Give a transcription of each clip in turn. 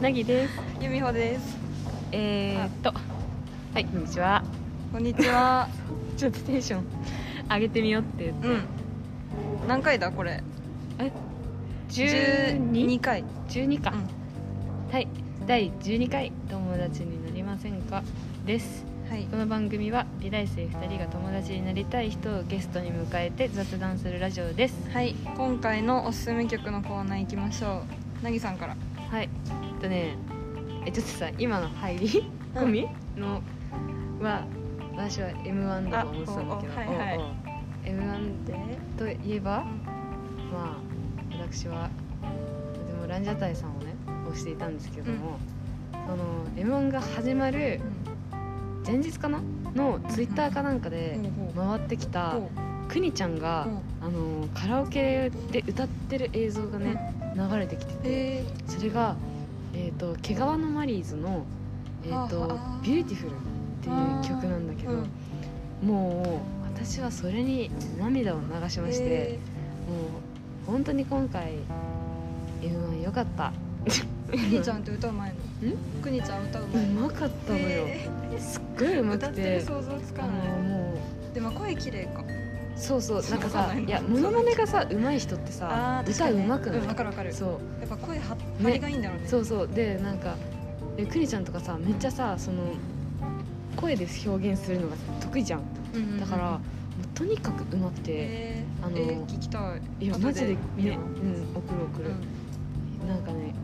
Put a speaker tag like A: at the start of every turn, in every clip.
A: なぎです。
B: ゆみほです。
A: えー、っと、はい、こんにちは。
B: こんにちは。
A: ちょっとテンション上げてみようって言って。
B: うん。何回だこれ？
A: 十二、
B: 回。
A: 十二か、
B: う
A: はい、第十二回友達になりませんかです。
B: ん。はい
A: こ。の番組は美大生二人が友達になりたい人をゲストに迎えて雑談するラジオです。
B: はい。今回のおすすめ曲のコーナー行きましょう。なぎさんから。
A: はい、えっとね、えちょっとさ今の入り込みのは私は M1 だと思ってたんだけど、
B: あおおはいはい
A: おうおう M1
B: で、
A: といえば、まあ私はとてもランジャタイさんをね推していたんですけども、その m 1が始まる前日かなのツイッターかなんかで
B: うん。
A: 回ってきた
B: ほ
A: くにちゃんが、
B: うほう
A: あのカラオケで歌ってる映像がね、流れてきてて、
B: え
A: それが、えー、と毛皮のマリーズの「えー、
B: はあ
A: と
B: はあ
A: ビューティフル」っていう曲なんだけど、
B: あー
A: もう私はそれに涙を流し
B: ー
A: まして。
B: え
A: もう本当に今回 M1 良かった
B: ーくにちゃんって歌う前の。くにちゃん歌う
A: う
B: 前の。
A: まかったのよ、
B: え
A: すっごいう
B: ー
A: ま
B: 歌
A: く
B: って
A: て
B: る想像つ
A: あ
B: か
A: の
B: ない。
A: もう
B: でも声綺麗か。
A: そうそうなんか
B: わか
A: さ
B: んない
A: い
B: な
A: やモノマネがさ上手い人ってさ
B: ー
A: 歌うまく
B: 確か
A: な
B: にねうんわ
A: い、
B: かるわかる。
A: そう
B: やっぱ声は張りがいいんだろうね。
A: そうそうでなんかえくにちゃんとかさめっちゃさその声で表現するのが得意じゃん
B: うんうんうん
A: だから、もうとにかくうまくて、
B: えー
A: あの
B: えー聞きたい。
A: いや
B: 後で
A: マジで
B: 見
A: ね、
B: よ
A: う、
B: うん
A: 送る送る、なんかね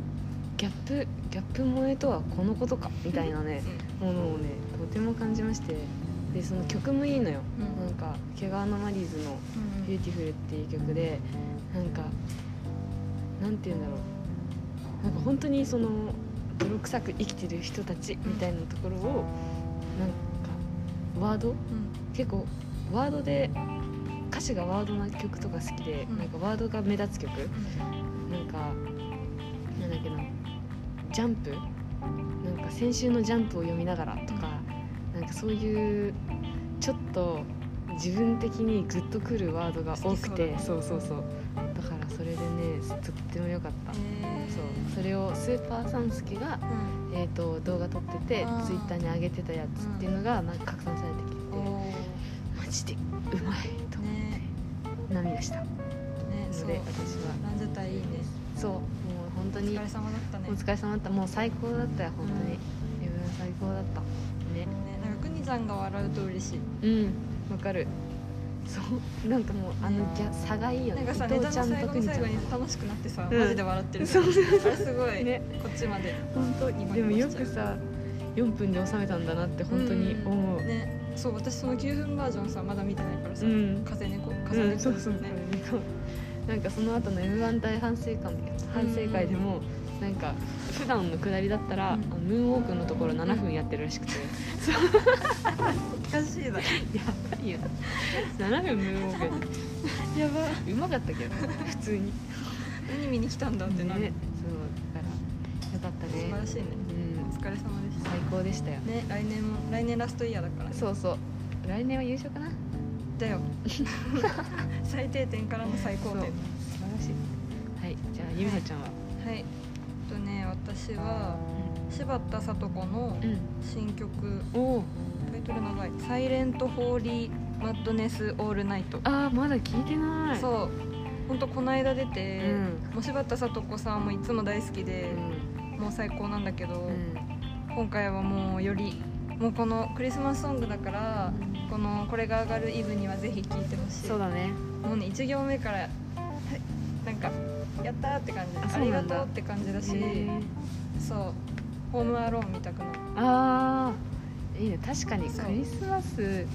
A: ギャップギャップ萌えとはこのことかみたいなねものをねとても感じましてでその曲もいいのよ、
B: うん
A: なんか「毛皮のマリーズ」の「ビューティフル」っていう曲でなんかなんて言うんだろうなんか本当にその泥臭く生きてる人たちみたいなところをなんかワード結構ワードで歌詞がワードな曲とか好きで、
B: うん
A: なんかワードが目立つ曲、なんかなんだっけなジャンプなんか先週の「ジャンプ」を読みながらとか、なんかそういうちょっと自分的にグッとくるワードが多くて
B: 好き
A: そ
B: そううだ
A: そうそうだからそれでねとっても良かった、
B: えー
A: そうそれをスーパーサンスケが、
B: うん
A: えー、と動画撮ってて
B: あー
A: ツイッターに上げてたやつっていうのがなんか拡散されてきて
B: おー
A: マジでうまいと思
B: ね
A: って涙したの
B: ねそう
A: で私は
B: ランジャタイいいね
A: そうもう本当
B: お
A: に
B: 疲れ様だったね
A: お疲れ様だったもう最高だったよ本当に、
B: うん
A: 自分は最高だったね
B: ねなんかくにちゃんが笑うと嬉しい
A: うんわかるそうなんかもうあのギャ差がいいよ
B: な
A: ね
B: んかさ
A: 伊
B: ネ
A: 藤
B: タ
A: ちゃ
B: の
A: んと
B: 最後
A: く
B: の
A: にちゃん
B: 最後に楽しくなってさ
A: うん
B: マジで笑ってる
A: そう
B: あれすごい
A: ね
B: こっちまで
A: 本当でもよくさ4分で収めたんだなって本当に思ううん、
B: ねそう私その9分バージョンさまだ見てないからさ
A: うん
B: 風猫
A: う
B: 風
A: ん
B: 猫
A: そうそうそう
B: ね
A: なんかその後の m 1大反省会反省会でも、なんか普段の下りだったら、
B: うん
A: あのムーンウォークのところ7分やってるらしくて、
B: おかしいだ
A: やばいよ7分ムーンウォークやって
B: やば
A: うまかったけど普通に
B: 何見に来たんだってな
A: ね
B: る、
A: そうだからよかった
B: 素晴
A: ね
B: らしいね
A: うん
B: お疲れ様でした
A: 最高でしたよ
B: ね来年も来年ラストイヤーだからね
A: そうそう来年は優勝かな
B: だよ 最低点からの最高
A: そう素晴
B: 点
A: らしいはいじゃあゆめはちゃんは
B: はいえっとね私は柴田さと子の
A: うん、
B: 新曲
A: おお
B: タイトル長い「サイレント・ホーリー・マッドネス・オールナイト
A: あーまだ聞いてな」い、
B: そううほんとこないだ出て、
A: うん
B: もう柴田さと子さんもいつも大好きで、もう最高なんだけど、
A: うんうん
B: 今回はもうよりもうこのクリスマスソングだから、このこれが上がるイブにはぜひ聴いてほしい
A: そうだね
B: もうね1行目からはいなんかやったーって感じ
A: あ
B: あ
A: そう
B: り
A: な
B: が
A: んだ
B: とうって感じだし
A: へー
B: そうホームアローン見たくなる
A: ああいいね確かに
B: そう
A: クリスマス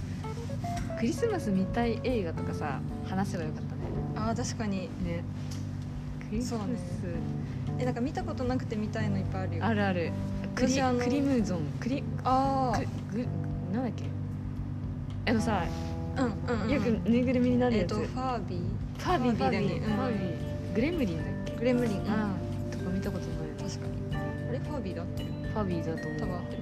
A: クリスマス見たい映画とかさ話せばよかったね
B: あー確かに
A: ねクリスマス、
B: そうねえなんか見たことなくて見たいのいっぱいあるよ
A: あるあるクリ
B: 私あの
A: クリムゾンクリ
B: あー
A: クグなんだっけあのさ
B: うんうん、うん、
A: よくぬいぐるみになる
B: えっ、
A: やつ、
B: とファービー
A: ファービーだよね
B: フ
A: フ
B: ァ
A: ァ
B: ー
A: ー
B: ビ
A: ビ
B: ー
A: ーグレムリンだっけ
B: グレムリン、うん、
A: ああとか見たことないな
B: 確かにあれファービーだってる
A: ファービーだと思う
B: 多分合ってる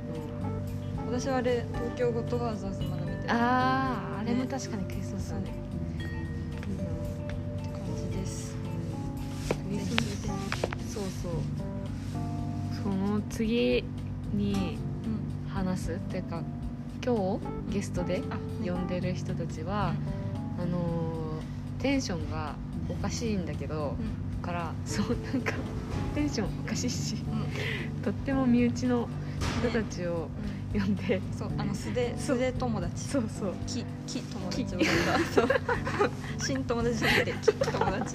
B: 私はあれ東京ゴッドファーザーズまだ見
A: う
B: て
A: ん
B: ない
A: あああれも確かにクリスマス
B: そ
A: だ
B: う
A: ね
B: ねって感じです
A: うんクリス
B: ぜひ見てね
A: マスそうそうこの次に話すっていうか今日ゲストで
B: あ
A: 呼んでる人たちは、あのーテンションがおかしいんだけど、
B: う
A: からそうなんかテンションおかしいし、とっても身内の人たちを呼んで、
B: んそうあの素手素手友達
A: そうそう
B: 木木友達を呼ん だそう新友達じゃなくて木友達
A: 言い方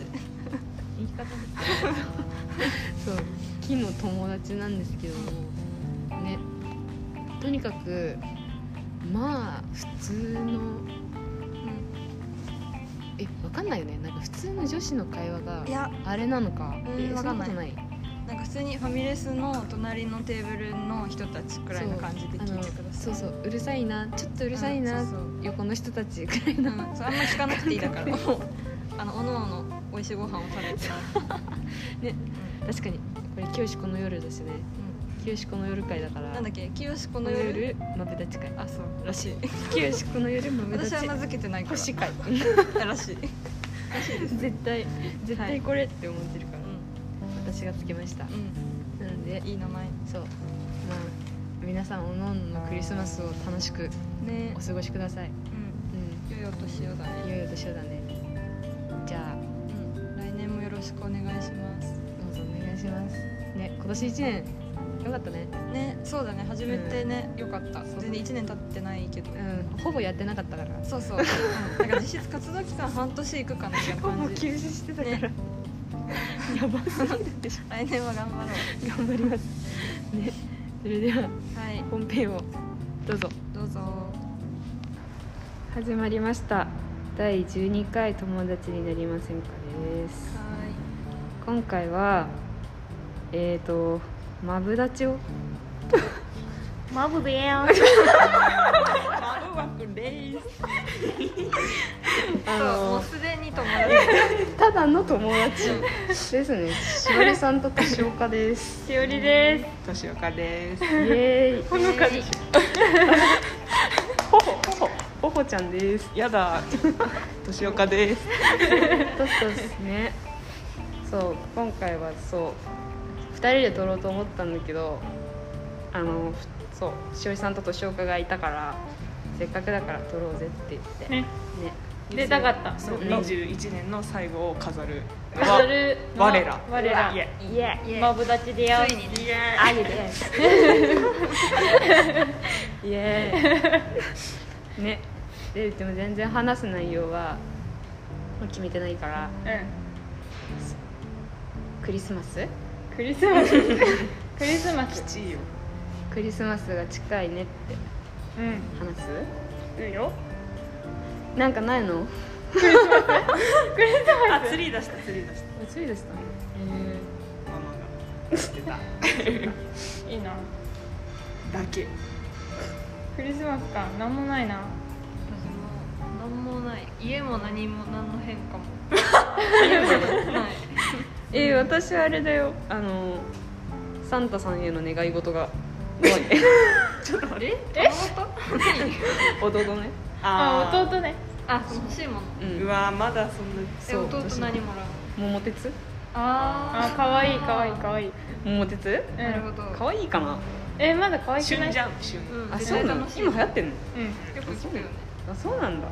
A: そう木の友達なんですけどもねとにかくまあ普通のえわかんないよねなんか普通の女子の会話が
B: いや
A: あれなのか
B: うん
A: え
B: わ
A: そ
B: か
A: ん
B: ん
A: な
B: ない
A: ことない
B: なんか普通にファミレスの隣のテーブルの人たちくらいの感じで
A: あの
B: 聞いてくださ
A: そ
B: い
A: うそううるさいなちょっとう
B: う
A: るさいな、
B: んそうそう
A: 横の人たちくらいの
B: うんそうあんま聞かなくていいだから もうあのおのおの美味しいご飯を食べて
A: ね確かにこれ清子の夜ですね
B: う
A: 清子の夜会だから
B: んなんだっけ清子
A: こ
B: の夜
A: マブダチ会
B: あそう
A: らしい清子の夜マブダ
B: 私
A: チ
B: は名付けてないから
A: 星会
B: らしい、うん、
A: 絶対絶
B: は
A: 対
B: い
A: これって思ってるから、私がつけましたなので
B: うん、いい名前ね
A: そうまあ皆さんおのおののクリスマスを楽しくお過ごしください
B: うん良いお年をだ
A: うんい
B: ね、
A: よいよ年をだねじゃあ
B: うん、来年もよろしくお願いします
A: どうぞお願いしますね今年1年よかったね
B: ねそうだね初めてね、よかった
A: そう
B: 全然1年経ってないけど、
A: うんほぼやってなかったから
B: そう そう、うん、なんか実質活動期間半年いくかなみたいな
A: ほぼ
B: 感じ
A: 休止してたから、やばすぎるでし
B: 来年は頑張ろう
A: ょ頑張りますねそれでは
B: はい
A: 本編をどうぞ
B: どうぞ
A: 始まりました第12回友達になりませんかです
B: はい
A: 今回はえっ、ー、とマブダチを
C: マブでよ。
B: マブワクレイス
A: あ
B: そうもう
A: の
B: すでに友 達
A: ただの友達ですねしおりさんと年岡です
C: しおりです。
D: 年岡です。
A: イエーイ
B: ほのかに
D: ほほほほ。
A: おほちゃんです
D: やだ。年岡です。
A: そうそうですねそう今回はそう2人で撮ろうと思ったんだけどあのふそうしおりさんと年岡がいたからせっかくだから撮ろうぜって言って
D: ね
C: 出たかった。
D: そう、
A: うん
D: 二十一年の最後を飾るの
C: 飾
D: は。
C: る。
D: 我ら
C: 我ら。
D: いえ
C: いえ。マブダチでよ。
B: ついにね
C: 兄です。
A: イエーイねででも全然話す内容はもう決めてないからクリスマス
C: うん。クリスマス。クリスマ
D: き
C: ス。
D: ちいよ。
A: クリスマスが近いねって
C: うん。
A: 話す
C: うんよ。
A: なんかないの
D: あ、釣り出した、釣り出し
A: ついでしたね
D: た。ママが。してた。
C: いいな。
D: だけ。
C: クリスマスか。なんもないな。
B: 何もない家も何も何の変 化もない
A: えー、私あれだよあのサンタさんへの願い事が
D: ちょっと待って。
A: 弟ね
C: あ、
D: ー。
C: 弟ね。
B: あ欲しいもの
A: う
D: うんわ、まだそんな。
B: え
A: そう
B: 弟何もらう
A: 桃鉄
B: あ
C: あ、可愛い可愛い可愛い。
A: 桃鉄
C: うん。
B: なるほど
A: 可愛いかな
C: え、まだ可愛くな
D: 旬
C: い。
D: じゃん、旬。
B: うん
A: あ
B: 絶
A: そう
B: 対
A: なの
B: 楽しい
A: 今流行ってんの
C: うん。
B: よく聞くよね
A: あそうなんだなんか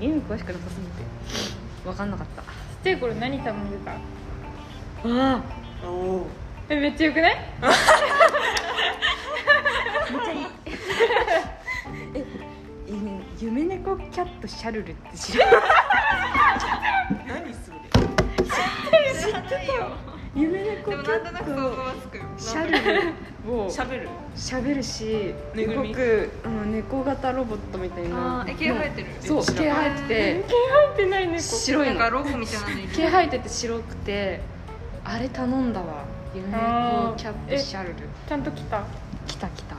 A: ゲーム詳しくなさすぎて分かんなかったあ
C: ちっちゃい頃何頼んでた？
A: あ
D: おお。
C: え、めっちゃ良くない？
A: えね夢猫キャットシャルルって知らない
D: 何それ。
B: 知らないよ
A: 夢猫
B: で
A: キ
B: も
A: ャ
B: なんとなく想像
A: ッ
B: はつくよ
A: トシャルルを
D: 喋る。
A: しゃべるし
D: ぬいぐるみ
A: 動くあの猫型ロボットみたい
B: あ
A: な
B: ーえ毛生えてる
A: そう毛
D: 知
A: 生
D: ら
A: えて
C: 入ってない
A: て
C: 猫。
A: 白い
B: なんか
A: の
B: ロゴみたいなのいる
A: 毛生えてて白くてあれ頼んだわ夢猫キャットシャルル
C: ちゃんと来た。
A: 来た来た
C: あ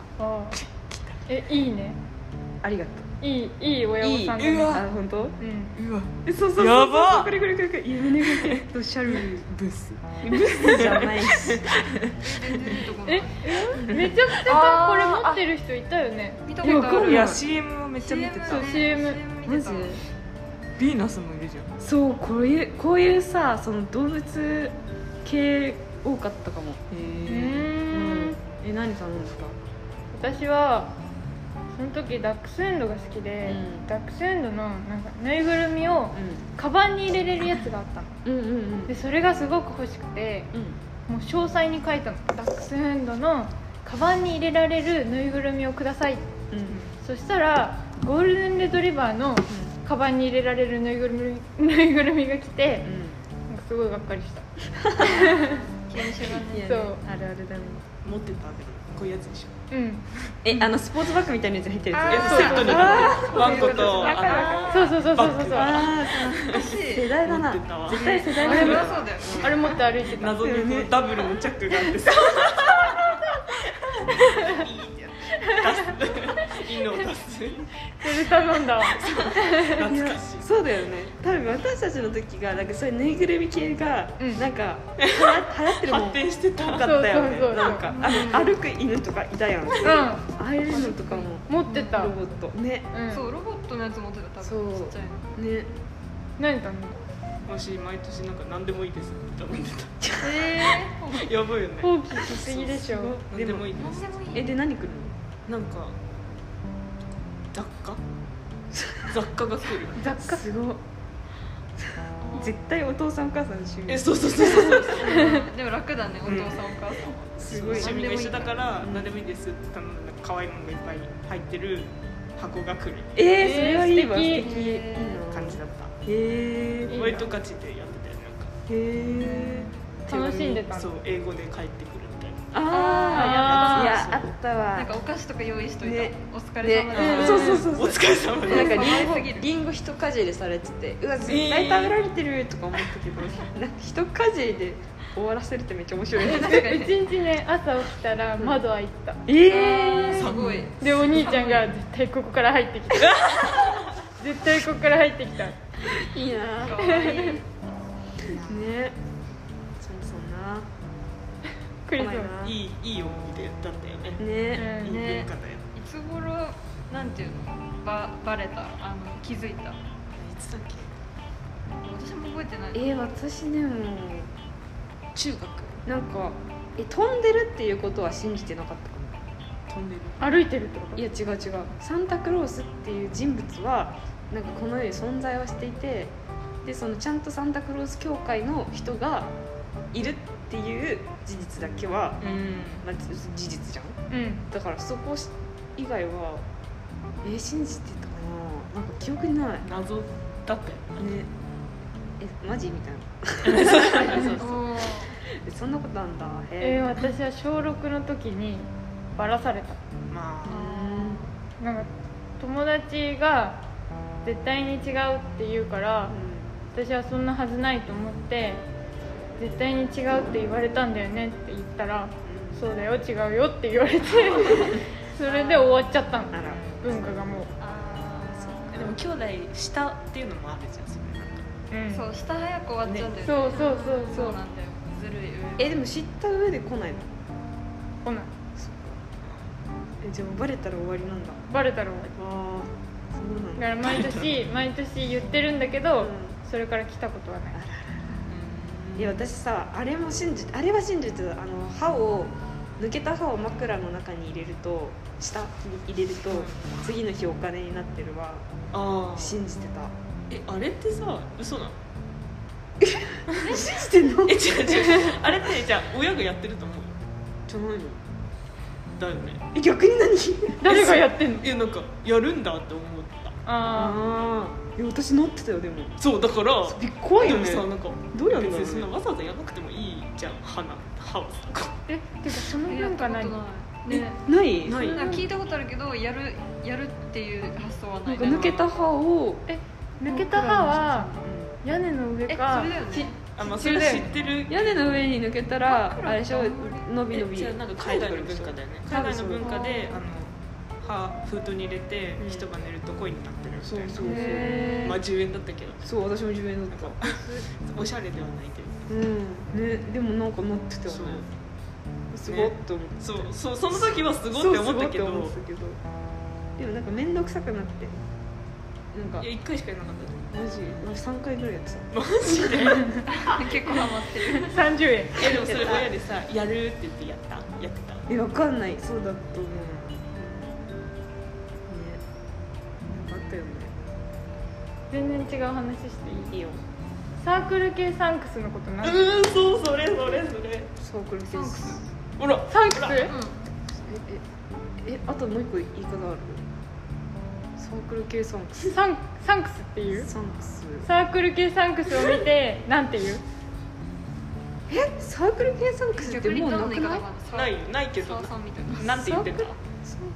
C: ーえ、いいね。
A: ありがと
C: いいいい親御さんだ
D: いいう
C: ね。
A: う
D: わ
A: あ本当
C: うん。
D: うわ。
A: えそうそうそう
D: やば
A: これこれこれこれ夢猫キャットシャルル
D: ブス。
A: じゃないし
B: 全然いいとこない
C: えめちゃくちゃさこれ持ってる人いたよね
B: 見たことある
D: い
A: いや
D: や、
A: わか
D: CM をめっちゃ見てた
C: そ。う CM
B: 見
A: マ
B: て
A: ジ
B: た
D: ビーナスもいるじゃん。
A: そうこういうこういうさその動物系多かったかも
D: へ
C: う
D: え。
C: ーん
A: え何頼んですか
C: 私はその時ダックスエンドが好きで、
A: うん
C: ダックスエンドのなんかぬいぐるみを
A: う
C: カバンに入れれるやつがあったの
A: んうんうんうん
C: でそれがすごく欲しくてもう詳細に書いたのダックスエンドのカバンに入れられるぬいぐるみをください
A: うん
C: そしたらゴールデンレトリバーのカバンに入れられるぬいぐるみぬいぐるみが来てなんかすごいがっかりした
B: 研修がね
A: いやね
C: そう
A: あるあるだね
D: 持ってったんだけどこういうやつでしょ
C: うん
A: えあのスポーツバッグみたいなやつ入ってる
B: あ
A: や
B: ー
A: つ
D: いやセットにワンコと
B: わかるわか
C: そうそうそうそうそうそうあ
A: あ
B: るし
A: ー世代だな
D: 持ってたわ
C: 世
B: あ
C: 代
B: れ
C: だ
B: は
C: よ
B: そうだよね
C: あれ持って歩いてた
D: 謎のダブルのチャックがあってさいいってやつ出すいいのを出す
C: それ頼んだわ
D: 懐かしい
A: そうだよね多分私たちの時がなんかそういうぬいぐるみ系が
C: うん
A: なんかはら流行ってるもん
D: 発展してた
A: 多かったよ
C: そうそうそ
A: ね
C: う
A: なんかあの歩く犬とかいたやん
C: う
A: ああいうのとかも
C: ん持ってた
A: ロボットね
C: うん
B: そうロボットのやつ持ってた
A: そ
B: 多
A: う
B: 分ちっちゃいの
A: ね
C: 何頼んだ
D: 私毎年なんか何でもいいですって頼んで
B: ええ
D: たやばいよね
C: 放棄しすぎでしょ
D: 何でもいいで
B: 何
D: す
B: でもいい
A: えで何来る
D: なんか雑貨雑貨が来る
C: 雑貨
A: のすごい絶対お父さんお母さんの趣
D: え
A: 味
D: そうそうそうそうそう
B: でも楽だねお父さんお母さん
A: すごい
D: 趣味が一緒だから
A: うん
D: 何でもいいですって頼んだ可愛いものがいっぱい入ってる箱が来る
A: えー、それはいいわ
C: え
A: 素
C: ー素
A: 敵い
C: 敵
A: いな
D: 感じだった
A: へ
C: いい
A: ー
C: な
D: 割とガチでやってたよなんか
A: へえ
C: 楽しんでた
D: そう英語で帰ってくるみたいな
A: あー
C: あー
A: いやあったわ
B: なんかお菓子とか用意しといた、
A: ね
B: お疲れ様
C: ね
B: だ、
C: ん
A: そうそうそうそう
D: お疲れ様
A: なん
D: で
A: かリン
B: 可
A: ゴ
B: 愛すぎる
A: リンゴ一かじりされててうわ絶対食べられてるとか思ったけど、なんか一かじりで終わらせるってめっちゃ面白い ね
B: 確か
C: う
B: に
C: ちんちね朝起きたら窓開いてた
A: え
B: あー
A: ー
B: すごい
C: でお兄ちゃんが絶対ここから入ってきた絶対ここから入ってきた
A: いいな
B: か
A: ね
B: わい
A: そう
B: い
A: そうな
C: クリスマ
A: 怖
D: すいいいい思い出だったよね
A: いな
C: ス
A: ね
C: う
D: いい文
C: ん
D: 化だよ
B: いつ頃なんていうのばバレたあの気づいた
D: いつだっけ
B: 私も覚えてない
A: えー、私でも
D: 中学
A: なんかえ飛んでるっていうことは信じてなかったかも
D: 飛んでる
C: 歩いてるってこ
A: いや違う違うサンタクロースっていう人物はなんかこの世に存在はしていてでそのちゃんとサンタクロース協会の人がいるっていう事実だけは、
D: うん
A: まあ、事実じゃん
C: とうん
A: だからそこ以外はえー信じてたかななんか記憶にないね
D: 謎だったよ
A: えマジみたいな
D: そうそう
B: おー
A: えそんなことあんだ
C: え
A: へ
C: ー、私は小6の時にバラされた
D: ま
A: え
D: あ
C: なんか友達が絶対に違うって言うから私はそんなはずないと思って絶対に違うって言われたんだよねって言ったらそうだよ違うよって言われてそれで終わっちゃったの
A: あら
C: 文化がもう、
B: あー
D: えでも兄弟下っていうのもあるじゃんそれなんか
C: うん、
B: そう下早く終わっちゃうんだよ、ね、
C: そうそうそうそう
B: そうなんだよずるい
A: えでも知った上で来ないの
C: 来ない
A: えじゃあバレたら終わりなんだ
C: バレたら終わり
A: ああそうなん
C: だから毎年毎年言ってるんだけど、それから来たことはない
A: いや私さあれも信じてあれは信じてたあの歯を抜けた歯を枕の中に入れると下に入れると次の日お金になってるわ
D: あー
A: 信じてた
D: えあれってさ嘘なの
A: 信じてんの
D: え違う違うあれってじゃあ親がやってると思うよ
A: じゃないの
D: だよね
A: え逆に何
C: 誰がやってんの
D: いやなんかやるんだって思った
C: あ
A: ああいや私乗ってたよでも
D: そうだから
A: びっ怖い
D: で
A: よ
D: も
A: ね
D: さなんか
A: どうやるんだろうね
D: 別にそんなわざわざやんなくてもいいじゃん歯な歯を
C: あえてかその
B: やっ
C: 文
B: た
C: 化
B: ことな
C: 何
B: いね
A: ない
D: な
A: ないい
B: なんか聞いたことあるけどやるやるっていう発想はない
A: んか抜けた歯を
C: 抜けた歯は屋根の上
B: えそれ
C: か
B: だよね
D: あまあそれ知ってる
A: 屋根の上に抜けたら
B: 枕
A: あれでしょ
B: ってあんまり
A: 伸び伸
D: え
A: び
D: じゃあなんか海外の文化だよね海外の文化で
B: そう
D: あの歯封筒に入れて
A: うん
D: 一晩寝ると恋になってるみた
A: そ
D: いうな
A: そう
B: へ
D: まあ10円だったけど
A: そうそう私も自分 だった
D: おしゃれではないけど
A: うんねでもなんか乗ってたよねすごっと思って
D: そうそうそうその時はすごいって思ったけど
A: そうすごいって思ってたけどでもなんか面倒くさくなってなんか
D: いや1回しかいなかった
A: マジマジ3回ぐらいやってた
D: マジで
B: 結構ハマってる
C: 30円
D: えでもそれ親でさやるって言ってやったやってた
A: えわかんないそうだと思うねなんかあったよね
C: 全然違う話していいいよサークル系サンクスのことなん
D: うーんそうそれそれそれ
A: サークル
B: サン
A: で
B: ク
A: す
B: ス
D: ほら
C: サンクス
A: えええあともう一個言い方あるサークル系サンクス
C: サンサンクスっていう
A: サンクス
C: サークル系サンクスを見てなんて言う
A: えサークル系サンクスって
B: 逆に
A: もうな
B: どんな
A: く
B: 言い
A: ない
B: 方がある
D: ないないけ
B: サ
D: ど
B: ワさんみたいな
D: なんて言ってた
A: サン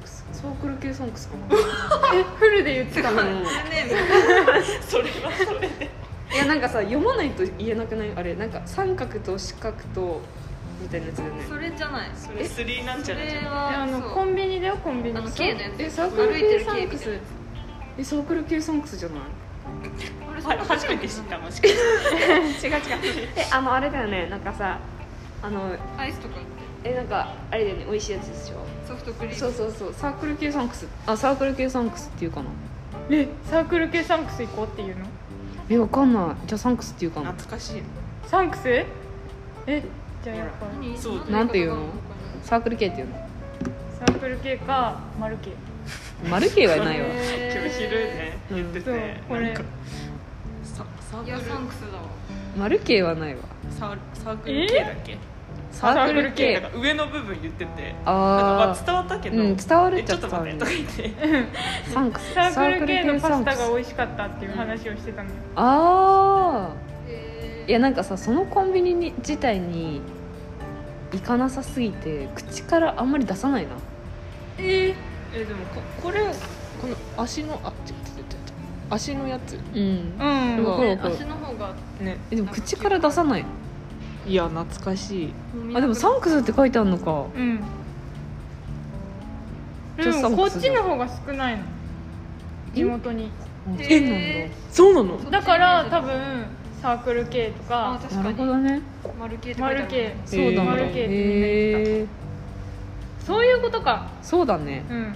A: クスサークル系サンクスかな
C: えフルで言ってたの
A: うん
D: それはそれで
A: いやなんかさ読まないと言えなくないあれなんか三角と四角とみたいなやつだよね
B: それじゃないそ
D: それスリーなんじゃない
B: れ
C: いや
B: は
C: あの
B: そう
C: コンビニだよコンビニ
B: あの K のやつ
A: えサークル
B: 歩いて
A: 系
B: る
A: サ
B: K
A: ン
B: み
A: ク
B: た
A: ス
B: いな
A: えサークル系サンクスじゃない
B: あれそ
D: は
B: れ
D: 初めて知ったもしかして
A: 違う違うえあのあれだよねなんかさあの
B: アイスとか
A: えなんかあれだよね美味しいやつでしょ
B: ソフトクリーム
A: そうそうそうサークル系サンクスあサークル系サンクスっていうかな
C: えサークル系サンクス行こうっていうの
A: えわかんないじゃあサンクスっていうかな
D: 懐かしい
C: サンクスえじゃあやっぱ
B: 何
D: そう
B: 何
A: なんて言うの
B: 言い方がある
A: サークル系っていうの
C: サークル系か丸系
A: 丸系は
B: か
A: ないわ、
B: へー
D: 今日ひどいね言ってて
C: そうこれ
D: なんかササ
B: いや
D: ーク
B: サン
D: ル
B: クスだわ
A: 丸系はないわ
D: サーサークル系だっけ
A: サークル
D: なん
A: 系
D: か上の部分言っててなんかま
A: あ
D: あ伝わったけ
A: あ
D: ど、
A: うん伝わる
D: え
A: っち
D: ち
A: ゃ
D: ょっと
A: 伝わ
D: 待っ
A: る
D: てとか言って
A: サンクス
C: サークル系のパスタ
A: サ
C: が
A: ークル系サンクス
C: 美味しかったっていう話をしてたのよ
A: ああ
B: へー
A: いやなんかさそのコンビニに自体に行かなさすぎて口からあんまり出さないな
D: ええでもここれこの足のあちょちょちょちょ足のやつ
A: うん
C: うん
A: わかるわかる
B: 足の方がも
D: ね
A: えでも口から出さないの
D: いや懐かしいう
B: 見
A: あ
B: なくなっ
A: でもサンクスって書いてあるのか
C: うん
A: じ
C: で
A: ゃあサンクスだ
C: もこっちの方が少ないの地元に
A: そうなん
B: へ
D: そうなの
B: ー
C: だから多分サークル系と
B: あ
C: か
B: 確
A: だな
B: か
A: る
B: に
A: ほどね
B: 丸系って書いてある
C: 丸系
A: そうなんだ
C: 丸系ってみんな言って
A: へえ
C: たそういうことか
A: そうだね
C: うん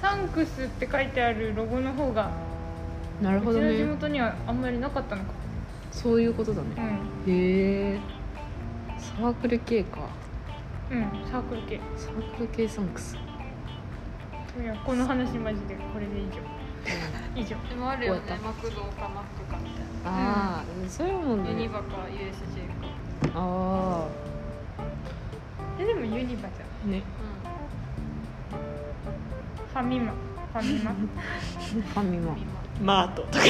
C: サンクスって書いてあるロゴの方が
A: なる
C: うち
A: ほど
C: の地
A: ね
C: 元にはあんまりなかったのか
A: そういうことだ
C: う
A: ね
C: ん
A: へえサークル系か
C: うんサークル系
A: サークル系サンクス
C: いやこの話マジでこれで以上以上
B: でもあるよね
A: 終わった
B: マクドかマックかみたいな
A: ああそういうもん
B: ユニ
A: ね
B: バか USJ か
A: あ
C: えでもユニバじゃん
A: ね
C: ファミマファミマフ
A: ファミマ
B: うん今
D: マートとか
A: フ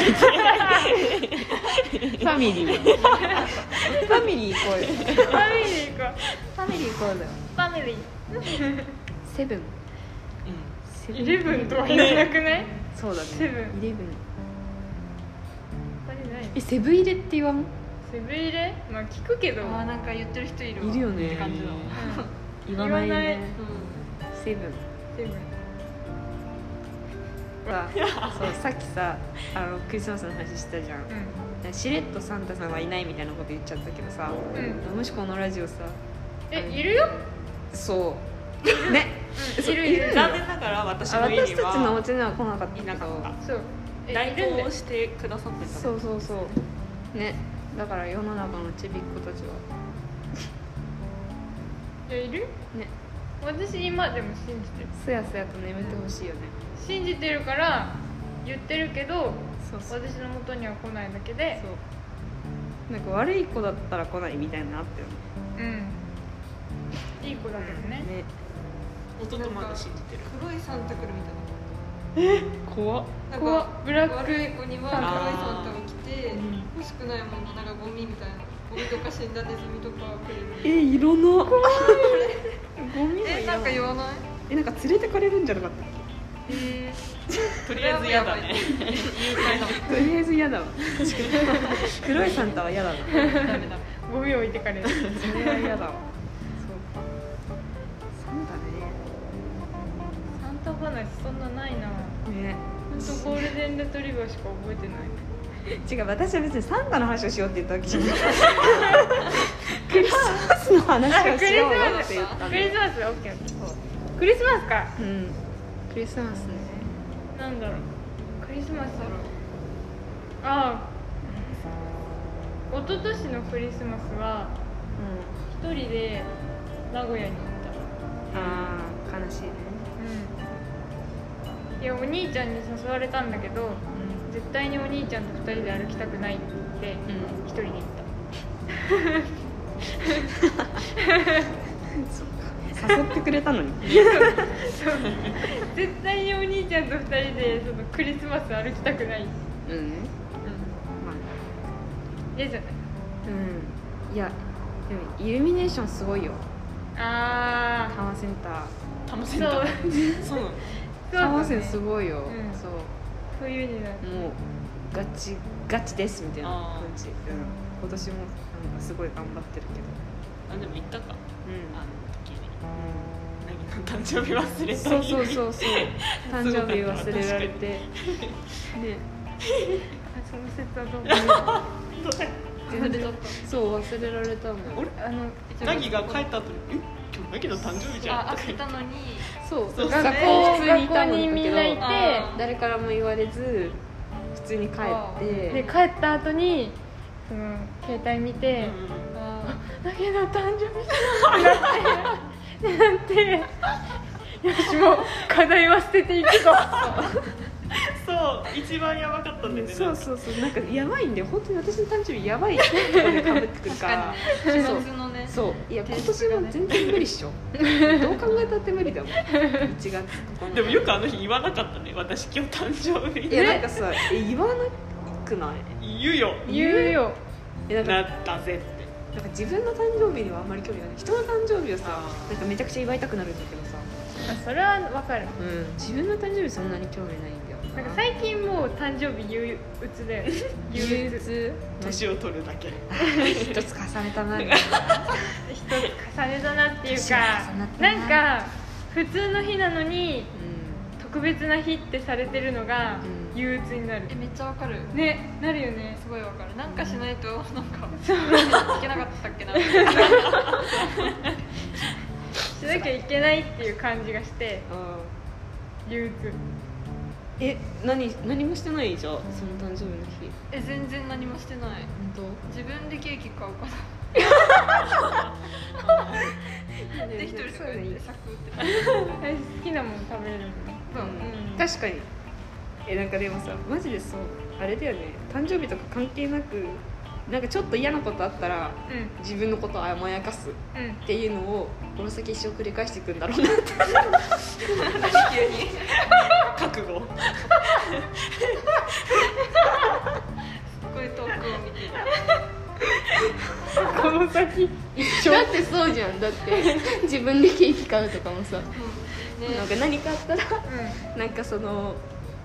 A: ァミリーファミリー行こうよ
C: ァミリーか
A: ファミリー行こうだよ
C: ファミリ
A: セブンセ
C: ーイレブンとは言えなくない、
A: そうだ
C: セ
A: ね
C: ブ
A: イ
C: ン
A: レブン
C: これない
A: えセブン入れって言わん
C: セブ入れまあ聞くけど
B: あーなんか言ってる人いるわ
A: いるよね
B: って感じだわ
A: 言
C: わないね
A: セブン
C: セブン
A: ほ らそうさっきさあのクリスマスの話したじゃんしれっとサンタさんはいないみたいなこと言っちゃったけどさ
C: うん、うん、
A: もしこのラジオさ
C: えいるよ、
A: そう ね
C: いるいる
D: 残念ながら私
A: あ
D: の家に
A: 私たちのお
D: は
A: 家には来なかったけ
D: い
A: ど
D: なかった
C: そうえ
D: 代
C: いるんだ
D: 行
C: よ
D: をしてくださってた
A: そうそうそうねだから世の中のちびっ子たちは
C: えいる
A: ね
C: 私今でも信じてる
A: すやすやと眠ってほしいよね
C: 信じてるから言ってるけど
A: そうそう
C: 私の元には来ないだけで
A: そうなんか悪い子だったら来ないみたいなのあったよ
C: うんいい子だけどね、
A: ね
D: 弟まだ信じてる
B: 黒いサンタ来るみたい
D: 怖っ
B: ななん
C: ここは
B: か
C: ブラック
B: 悪い子には黒いサンタが来て
C: ん
B: 欲しくないものなんかゴミみたいなゴミとか死んだネズミとかくれる
A: えいろんな
C: ゴミ
B: えなんか言わない
A: えなんか連れてかれるんじゃなかったっ
B: え
D: とりあえず嫌だ
A: け
D: ね
A: とりあえず嫌だ わ黒いサンタは嫌だなそ
B: ー、ダメだ
C: ゴミ置いてかれる
A: れは嫌だわそうかサンタ
C: サンタ話そんなないな
A: ねね
C: ほんとゴールデンレトリバーしか覚えてない
A: 違う私は別にサンタの話をしようって言ったわけじ ゃないクリスマスの話をしようよって言った
C: クリスマスオッケー
A: そう
C: クリスマスか
A: うんクリスマスね
C: なんだろうクリスマスだろうああ一昨年のクリスマスは
A: う
C: 一人で名古屋に行っ
E: ああ悲しいね
C: うんいやお兄ちゃんに誘われたんだけど絶対にお兄ちゃんと2人で歩きたくないって言って1人で行っ
E: 誘ってくれた のに
C: た絶対にお兄ちゃんと2人でそのクリスマス歩きたくない
E: うんま
C: 嫌じゃ
E: あうんいやでもイルミネーションすごいよ
C: ないあ
E: タワーセンター
D: タマセ
C: ー
D: ン
C: そ
D: タ
C: う
D: ーそうなの
C: そう
E: タワー
C: だ
E: セン
C: ね
E: ターすごいよ、
C: うん
E: そう
C: そういうになる
E: もうガチガチですみたいな
D: あー
E: 感じ、うん、今年もなんかすごい頑張ってるけ
D: あ
E: ど
D: でも行ったかあの
E: う
D: 時に
E: ん、うん
D: 何か誕生日忘れた
E: そうそう
D: う
E: そうそう 誕生日忘れられてね
C: あその説はどう
A: 忘れちゃっ
E: そう忘れられたんだよ
C: あの
D: ナギが帰った後に「え今日ナギの誕生日じゃん」
B: あ
D: とか
B: 開け
D: 言って
B: たのに
E: そう
D: そう
E: 学校普通にいたの
C: 学校にみんな
E: だ
C: い
E: け
C: て
E: ど
B: あ
E: 誰からも言われず普通に帰って
C: で帰った後にその携帯見て、
D: うん
B: あ
C: だけど誕生日だなってなんてよしもう課題は捨てていく ぞ
D: そう一番やばかったんだよね
E: そうそうそうなんかやばいんで本当に私の誕生日やばいところでかぶってくるから
B: ー4月のね
E: そういや今
B: 提
E: 年
B: 出がね
E: も全然無理っし ょどう考えたって無理だもん1月9日
D: でもよくあの日言わなかったね私今日誕生日
E: いやなんかさえ言わなくない
D: 言うよ
C: 言うよ
E: えなんか
D: なったぜって
E: なんか自分の誕生日にはあんまり興味がない人の誕生日をさ
D: あー
E: なんかめちゃくちゃ祝いたくなるんだけどさ、
C: あそれはわかる
E: うん、自分の誕生日そんなに興味ないんだ
C: な
E: よ
C: んか最近もう誕生日憂鬱だよね憂鬱
E: 鬱
D: 年を取るだけ
E: 一つ重ねた な
C: 一つ重ねだなっていう
E: 年を
C: か
E: 重ねたな
C: なんか普通の日なのに
E: う
C: 特別な日ってされてるのが
E: うん
C: 憂鬱になる
B: えめっちゃわかる
C: ねなるよね
B: すごいわかるなんかしないとなんかいけなかったっけな
C: しなきゃいけないっていう感じがして
E: んあ
C: 憂鬱
E: ーえ何何もしてないじゃんその誕生日の日
B: え全然何もしてない
E: 本
B: 自分でケーキ買おうか
E: 当
B: なって一人でこうやってサクって
C: 私好きなもの食べれるのね
B: そう
C: うん
E: 確かにえなんかでもさマジでそうあれだよね誕生日とか関係なくなんかちょっと嫌なことあった
C: う
E: ら自分のことを甘やかす
C: んうん
E: っていうのをこの先一生繰り返していくんだろうなって
B: 急に
D: 覚悟
B: こういうトークを見て
E: この先
A: だってそうじゃんだ って自分でケーキ買うとかもさ
E: なん
B: ね
E: か何かあったら
C: う
E: なんかその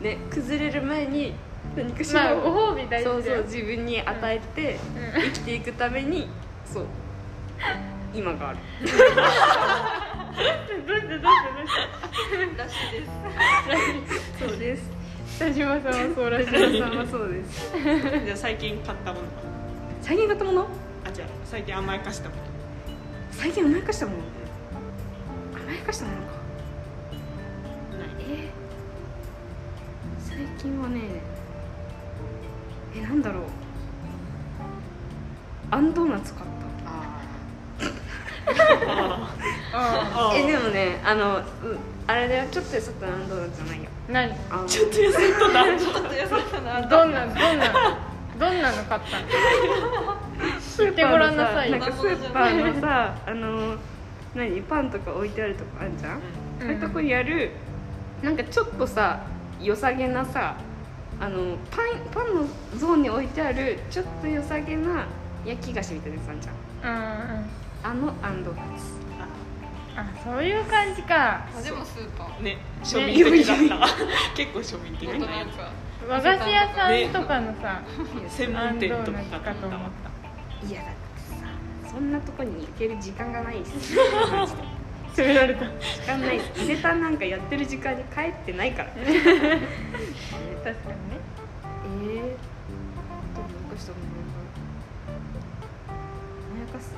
E: ね崩れる前に何か
C: ん
E: し
C: ま
E: ら
C: あ
E: を、
C: ご褒美大
E: そう
C: 事だ
E: そう
C: よ
E: 自分に与えて
C: うん
E: 生きていくためにそう今がある
C: どうしてどうしてどうし
B: らしいです
E: そうです
C: て田島さんはそうらしい
E: 田島さんはそうです
D: じゃあ最近買ったもの
E: 最近買ったもの
D: あじゃあ最近甘やかしたもの
E: 最近甘やかしたもの甘やかしたものか
D: ない
E: え最近はねえなんだろうあんドーナツ買った
D: あ
C: あ
D: あ
E: えでもねあの、うん、あれだよちょっとやそっとなんドーナツじゃないよ
C: あ何
E: あの
D: ちょっと痩せたな
B: ちょっと優しさな
C: どんなどんなどんなの買ったの
E: スー
C: てごらんなさい
E: パーのなんかスーパーのさあの何パンとか置いてあるとこあるじゃん、そういうとこにあるなんかちょっとさ良さげなさあのパンパンのゾーンに置いてあるちょっと良さげな焼き菓子みたいなやつあるじゃん
C: うんうん
E: あのアンドナツ
C: あそういう感じか
B: でもスーパー
D: ね庶民的だ った結構庶民的
B: もっと
D: な
B: な
D: や
B: んか
C: 和菓子屋さんとかのさ、
D: つ専門店とか買った
C: あんどうなっ
E: いやだってさそんなとこに行ける時間がない っす
C: 詰められた
E: 時間ないっす伊勢丹なんかやってる時間に帰ってないからえ
C: 確かにね
E: ー、でもなんかしたもん甘やかす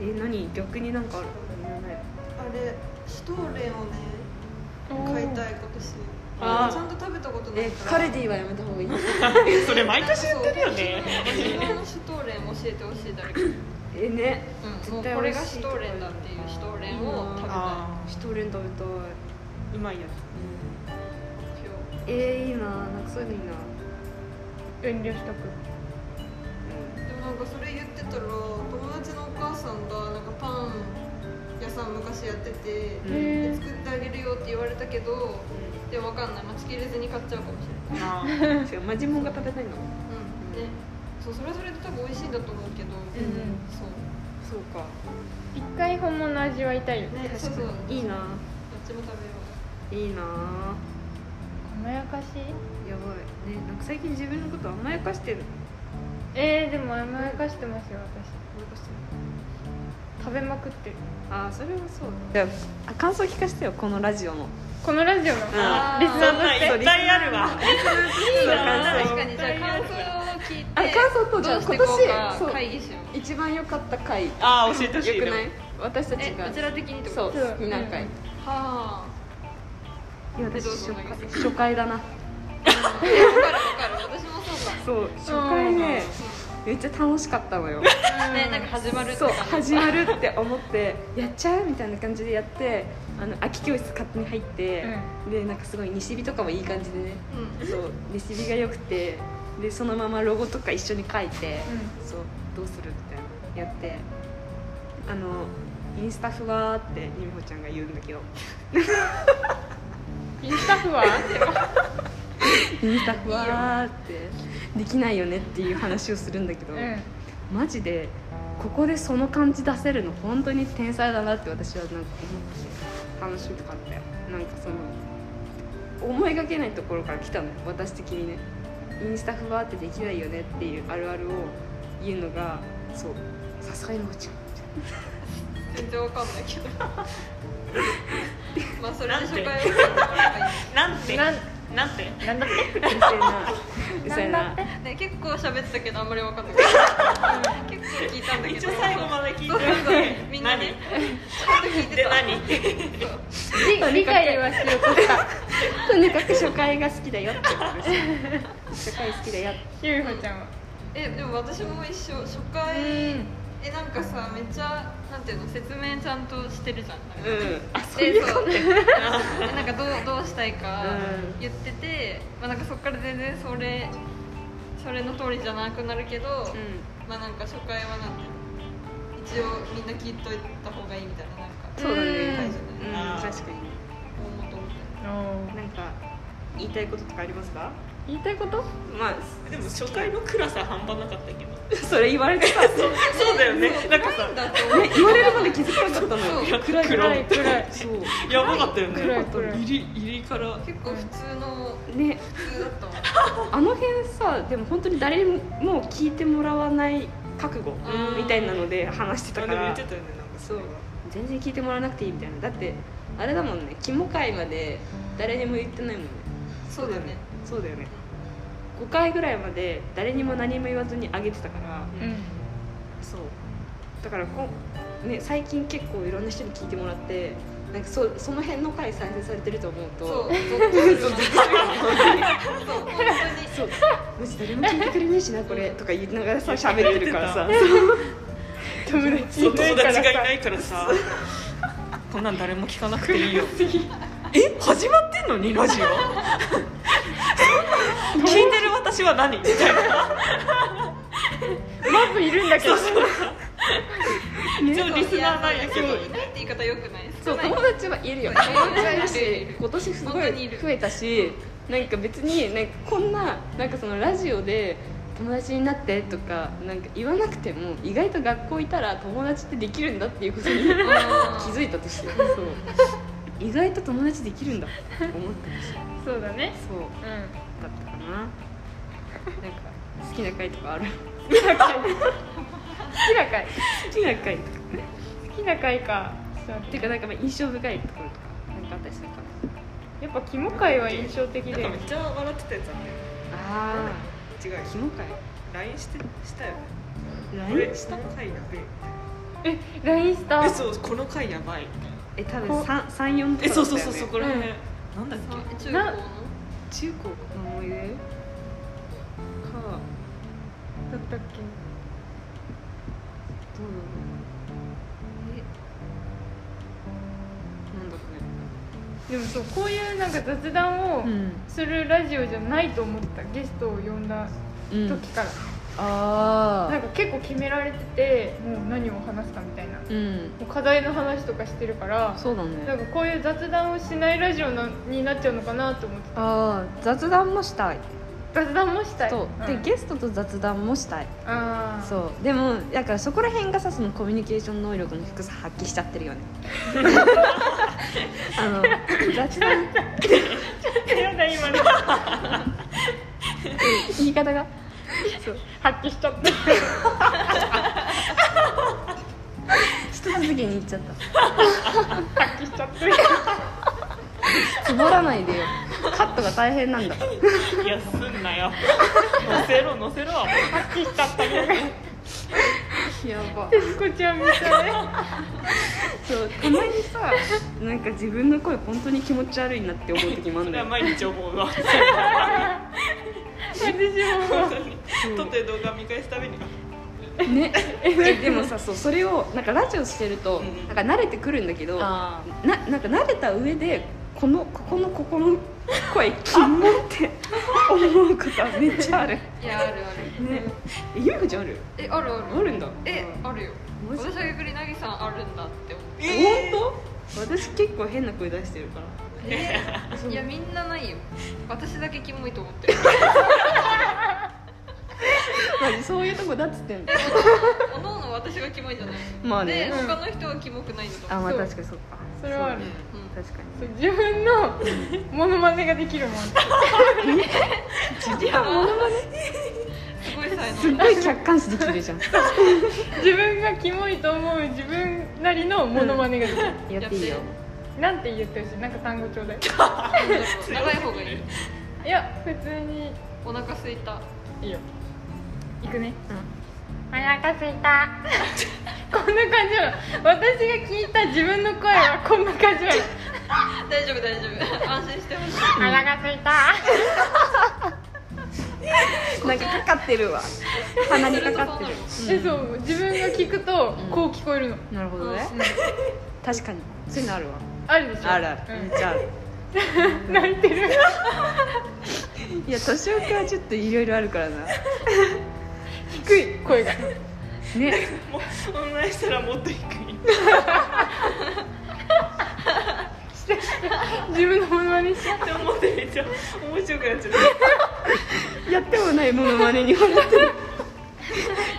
E: えー、何逆になんかある
F: あれシュトーレンをね買いたい今年
E: あー
F: ちゃんと食べたことない
E: え
F: から
E: カルディはやめた方がいい
D: それ毎年言ってるよね
B: 自分のシュトーレン教えてほしい誰か
E: えね
B: うん、もうこれがシュトーレンだっていうシュトーレンを食べた
D: あ
E: シュトーレン食べたい
D: ーうまいや
B: い目標
E: えー、いいななんかそういうのいいな
C: 遠慮しとく
F: でもなんかそれ言ってたら友達のお母さんがなんかパン屋さん昔やってて、
C: へ
F: で作ってあげるよって言われたけどでもわかんない待ちきれずに買っちゃうかもしれない、
D: つあー違うマジモンが食べたいの
F: うんね、そうそれはそれで多分美味しいんだと思うけど、そう
E: そうか
C: 一回本物の味わいたいよ
F: ね
C: ね
F: そうそうどっ
E: いいな
F: ちも食べよ
E: いいなや
C: 甘やかしい
E: ばいねなんか最近自分のこと甘やかしてる
C: えー、でも甘やかしてますよ私
E: 甘やかしてる
C: 食べまくってる
E: ああそれはそうだじゃああ感想聞かせてよこのラジオの
C: このラジオのリスナ
E: あ
C: ーとして
D: 絶対あるわ
E: いい
B: 確かにじゃあ感想を聞いて
E: あ感想とじゃ
B: ど
E: あ
B: うして
E: 今
B: いこう
E: 年
B: か
E: そう
B: 会議しよう
E: 一番良かった回よ
D: ああ教えてほしい
E: く
D: でも
E: ない私たち
B: え
E: が
B: こちら的にってこと
E: そう
C: そう
E: 好きな回、
C: うん
B: はあ
E: いや私
B: どう
E: 初
B: ぞ
E: 回初回だな
B: わかる私もそう
E: そう初回ねめっちゃ楽しかったのよ
B: だねなんか始まるって
E: そう
B: 感じ
E: 始まるって思ってやっちゃうみたいな感じでやってあの空き教室勝手に入って、でなんかすごい西日とかもいい感じでね、そう西日が良くてでそのままロゴとか一緒に書いて、そうどうするみたいなやってあのインスタフはってゆみほちゃんが言うんだけど
C: インスタッフは
E: インスタフはってできないよねっていう話をするんだけど、
C: うん
E: マジでここでその感じ出せるの本当に天才だなって私はなんか思って楽しかったよなんかその思いがけないところから来たのよ私的にねインスタフワーってできないよねっていうあるあるを言うのがそうさすがにのほちゃん
B: 全然わかんないけどまあそれで初回は
D: なんて
C: なん
D: なんて
C: なんだって
E: うるせえなうるせえな
B: ね結構喋ってたけどあんまりわかんない結構聞いたんだけど
D: 一応最後まで聞いて
B: そうそうそうみんなねちゃんと聞い
D: 何
B: て
D: で
B: た
D: 何
C: 理理解はしようとした
E: とにかく初回が好きだよって話初回好きだよって
C: ゆいほちゃんは
B: えでも私も一緒初回えなんかさめっちゃなんていうの説明ちゃんとしてるじゃん
D: う
B: でそうでなんかどうどうしたいか
E: う
B: 言ってて、まあ、なんかそこから全然それそれの通りじゃなくなるけど、まあなんか初回はなんだ一応みんな聞いといた方がいいみたいななんか
E: そうだね
B: 大事だ
E: うん
B: ね
D: あー
E: 確かにね
B: 大元みたいな
E: なんか言いたいこととかありますか
C: 言いたいこと
E: まあ
D: んでも初回の暗さ半端なかったけど
E: それ言われてさ
D: そうだよねなんかさ
E: 言われるまで気づかなかったの
B: そう
E: よ
D: 暗い暗い
C: 暗い
E: そう
D: やばかったよね
C: 暗い暗い
D: 入り入りから
B: 結構普通の
E: ね
B: 普通だったわ
E: あの辺さでも本当に誰にも聞いてもらわない覚悟
B: うん
E: みたいなので話して
D: あ
E: た
D: で
E: か
D: も言
E: ら
D: ってたよねなんか
E: そう全然聞いてもらわなくていいみたいなだってあれだもんね肝会まで誰にも言ってないもんね
B: そうだね
E: そうだよね5回ぐらいまで誰にも何も言わずにあげてたから
C: うん
E: そうだからこう、ね、最近結構いろんな人に聞いてもらってなんかそその辺の回再生されてると思う
B: そ
E: と
B: うゾッとするよねそう本当に
E: そうマジ誰も聞いてくれないしなこれとか言いながらさ喋ってるからさ
C: 友達
D: そう
C: い
D: 友
C: ない
D: 達が
C: からさ
D: いないからさこんなん誰も聞かなくていいよえ始まってんのにラジオ聞いてる私は何みたいな
C: マップいるんだけど
D: 一応リスナーなんやけど
B: いやいないって言い方よくない
E: そう友達はいるよ
B: そう
E: 友達はいるし 今年すご
B: 本当にい
E: い
B: る
E: 増えたしなんか別になんかこんななんかそのラジオで友達になってとかなんか言わなくても意外と学校いたら友達ってできるんだっていうことに気づいたとしてそう意外と友達できるんだって思ったし
C: そうだね
E: そう
C: う
E: だったかななんか好きな回とかある
C: ん好きな回好きな回
E: 好きな回とか
C: 好きな回かそう
E: ていうかなんかまあ印象深いところとかなんかあったりするかな
C: やっぱキモ回は印象的
D: なん
C: で
D: かめっちゃ笑ってたやつあんだよ
E: あ
D: 違うよ
E: あキモ回
D: LINE してしたよね
E: LINE
D: 俺下の回やべえ
C: え LINE した
D: えそうこの回やばい
E: え多分三三四と
D: え
E: かだったよね
D: そうそうそうそこら辺なんだっけ
B: そう中高の
E: 中高の思い出か
C: だった
D: そうな
C: っけ
E: ど
D: んだなんだろうね
C: でもそうこういうなんか雑談をするラジオじゃないと思ったゲストを呼んだ
A: うん
C: 時から、
A: あ
C: なんか結構決められててもう何を話すかみたいなも
A: ーうん
C: う課題の話とかしてるから
A: そうだ
C: なん
A: ね
C: かこういう雑談をしないラジオなになっちゃうのかなと思ってた
A: ああ雑談もしたい
C: 雑談もしたい
A: そううで
C: ん
A: ゲストと雑談もしたい
C: あー
A: そうでもだからそこら辺がさそのコミュニケーション能力の低さ発揮しちゃってる よねあの雑談
C: やだ今の
A: 言い方が
C: 発揮しちゃった
A: 一続きにいっちゃった
C: 発揮しちゃった
A: つぼらないでよカットが大変なんだ
D: いやすんなよ乗せろ乗せろ
C: 発揮しちゃったよ
E: やば
C: 徹子ちゃんみたい
E: そうたまにさなんか自分の声本当に気持ち悪いなって思う時もある
D: そ
E: ん
D: れ
E: だ
D: は
E: よ
D: 毎日思うわ
C: 私 も
D: 本当に撮ってる動画見返すたびに
E: ねえでもさそうそれをなんかラジオしてると、
D: うん
E: なんか慣れてくるんだけど
D: あ
E: ななんか慣れた上でこのここのここの声キモって思うことはめっちゃある
B: いやあるある
E: ねえゆうこちゃんある
B: えあるあ
E: あ
B: る
E: るんだ
B: えあるよ
E: マジ
B: 私は逆になぎさんあるんだって思っ
E: 本当私結構変な声出してるから
B: てえいやみんなないよ私だけキモいと思ってる
E: 何そういうとこだっつってんの
B: おのおの私がキモいじゃない
E: まあ
B: で
E: ね
B: 他の人はキモくないんだと
A: あ
B: 思う
A: まあ
C: そ
A: 確
C: う
A: かにそっか
C: それはある
B: うん
A: 確かに
C: そう自分のモノマネができるもん
B: すごい才
A: すっ
B: 能だ
A: ごい客観視できるじ ゃん
C: 自分がキモいと思う自分なりのモノマネができる、
A: やっていいよ
C: なんて言ってほしいなんか単語ちょうだい
B: 長い方がいい
C: いや普通に
B: お腹すいた
C: いいよ行くねうんお腹すいたこんな感じなの私が聞いた自分の 声はこんな感じなの
B: 大丈夫大丈夫安心してほしい
C: お腹すいた
E: なんかかかってるわ
B: 鼻にかかってる
C: えそう自分が聞くと
A: うん
C: こう聞こえるの、
A: なるほどね確かにそういうのあるわ
C: あるでしょ
E: あるあるめっちゃある
C: うん、泣いてる
E: いや年明けはちょっといろいろあるからな
C: 低い声が
E: ね
D: もうオンラインしたらもっと低い
C: 自分のモノマネして
D: でももっとめっちゃ面白くなっちゃう
E: やってもないものまねに笑ってる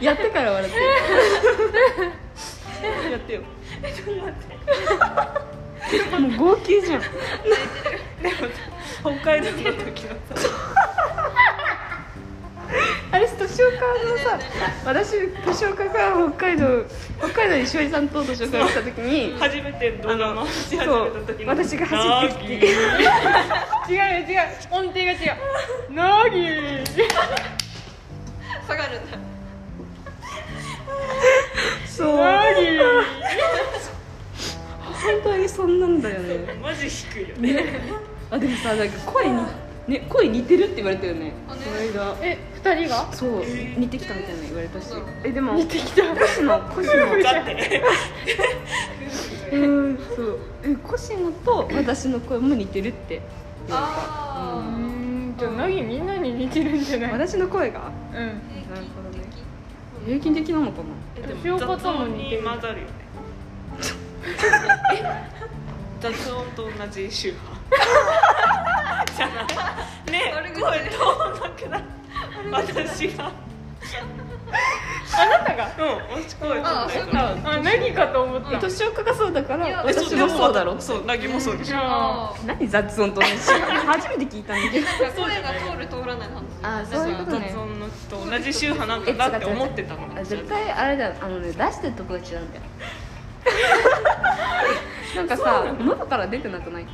E: やってから 笑ってるやってよもう号泣じゃん
D: 北海道の時のさ
E: あれ年岡 のさ私年岡が北海道北海道にしおりさんと年岡が来た時に
D: 初めて動画回し始め
E: そ
D: た
E: う
D: 時の
E: 私が走ってきて
C: 違うよ違う音程が違うなぎー
B: 下がるんだ
E: そう
C: なぎー
E: 本当にそんなんだよね
D: マジ低いよね
E: ね、あでもさなんか声に、ね、声似てるって言われたよね
B: あね
E: この間
C: え二人が
E: そう、似てきたみたいなの言われたし
B: そう
E: えでも似てきたコシノコシノ
D: だって
E: うんそうえコシノと私の声も似てるって
C: う
B: あ
C: ーんじゃあなぎみんなに似てるんじゃない
E: 私の声が
C: うん
B: あ平
E: なるほど
B: 均
E: ね
B: 的
E: 平均的なのかな
C: しおことも似て
D: 雑音に
C: る
D: 混ざるよね雑音と同じ周波 じゃないね
B: 悪口
D: 声通んなくなる私が
C: あなたが
D: うん私声通ん
B: ああ
D: な
B: そう
D: い
B: いうこと
D: から
C: あなぎかと思った
E: 年岡がそうだか
B: いや
E: ら
D: えそう
E: 私もそうだ
D: で
E: ろ
D: もそうなぎもそうでしょ
B: あ
E: 何雑音と同じ初めて聞いたんだけど
B: あなんか声が通る通らないの話
A: あそういうことね
D: 雑音のと同じ周波なんかなって思ってたの
A: あ絶対あれだよあのね出してるとこが 違うんだよ
E: なんかさ喉から出てなくない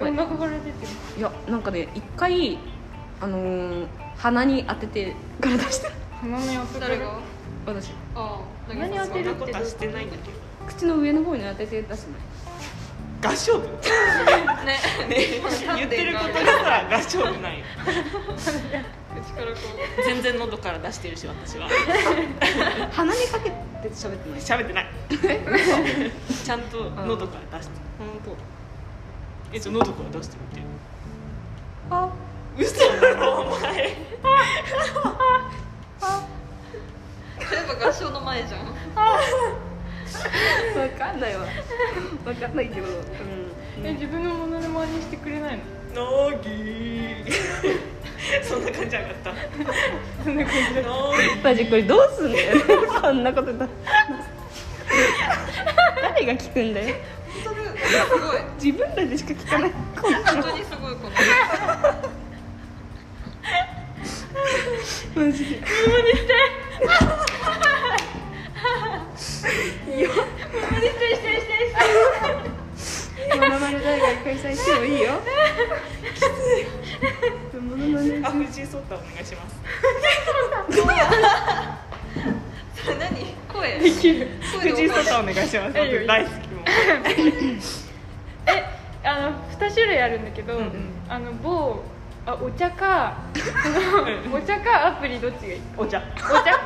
C: お腹から出てる
E: いやなんかね一回あのー鼻に当ててから出した
C: 鼻の横から
B: 誰が
E: 私
B: ああなぎ
C: 何
B: さ
C: 当
B: ん
D: そ
C: て
D: ん
C: る
D: な
C: っ
D: こ
C: て
D: とはしてないんだけ
E: 口の上の方に当てて出すの
D: ど合 唱部
B: ね
D: 言ってることがさ合唱部ない
B: 口かからこう
D: 全然喉から出してるし私は
E: 鼻にかけて喋ってない
D: 喋ってないちゃんと喉から出してる本当えじゃあ喉から出してみて
E: あ
D: 嘘だろお前
B: そういえば合唱の前じゃん
E: わかんないわわかんないけど、うん、
C: え自分のものの真似してくれない
D: の
C: の
D: ぎそんな感じじゃなかった
C: そんな感じだ
D: の
E: マジこれどうすん だよそんなこと だ誰が聞くんだよ
B: 本当だよねすごい
E: 自分らでしか聞かないこんな
B: 本当にすごいこの
E: マジでモノマネ大会開催してもいいよきついモノマネ
D: ぎあ藤井聡太お願いします
B: それ何声声
D: 藤井
B: で
D: 聡太お願いします
C: いいよいいよ
D: 僕大好きも
C: えあの2種類あるんだけど、
D: うんうん
C: あの某あお茶かそのお茶かアプリどっちがいい
D: お茶
C: お茶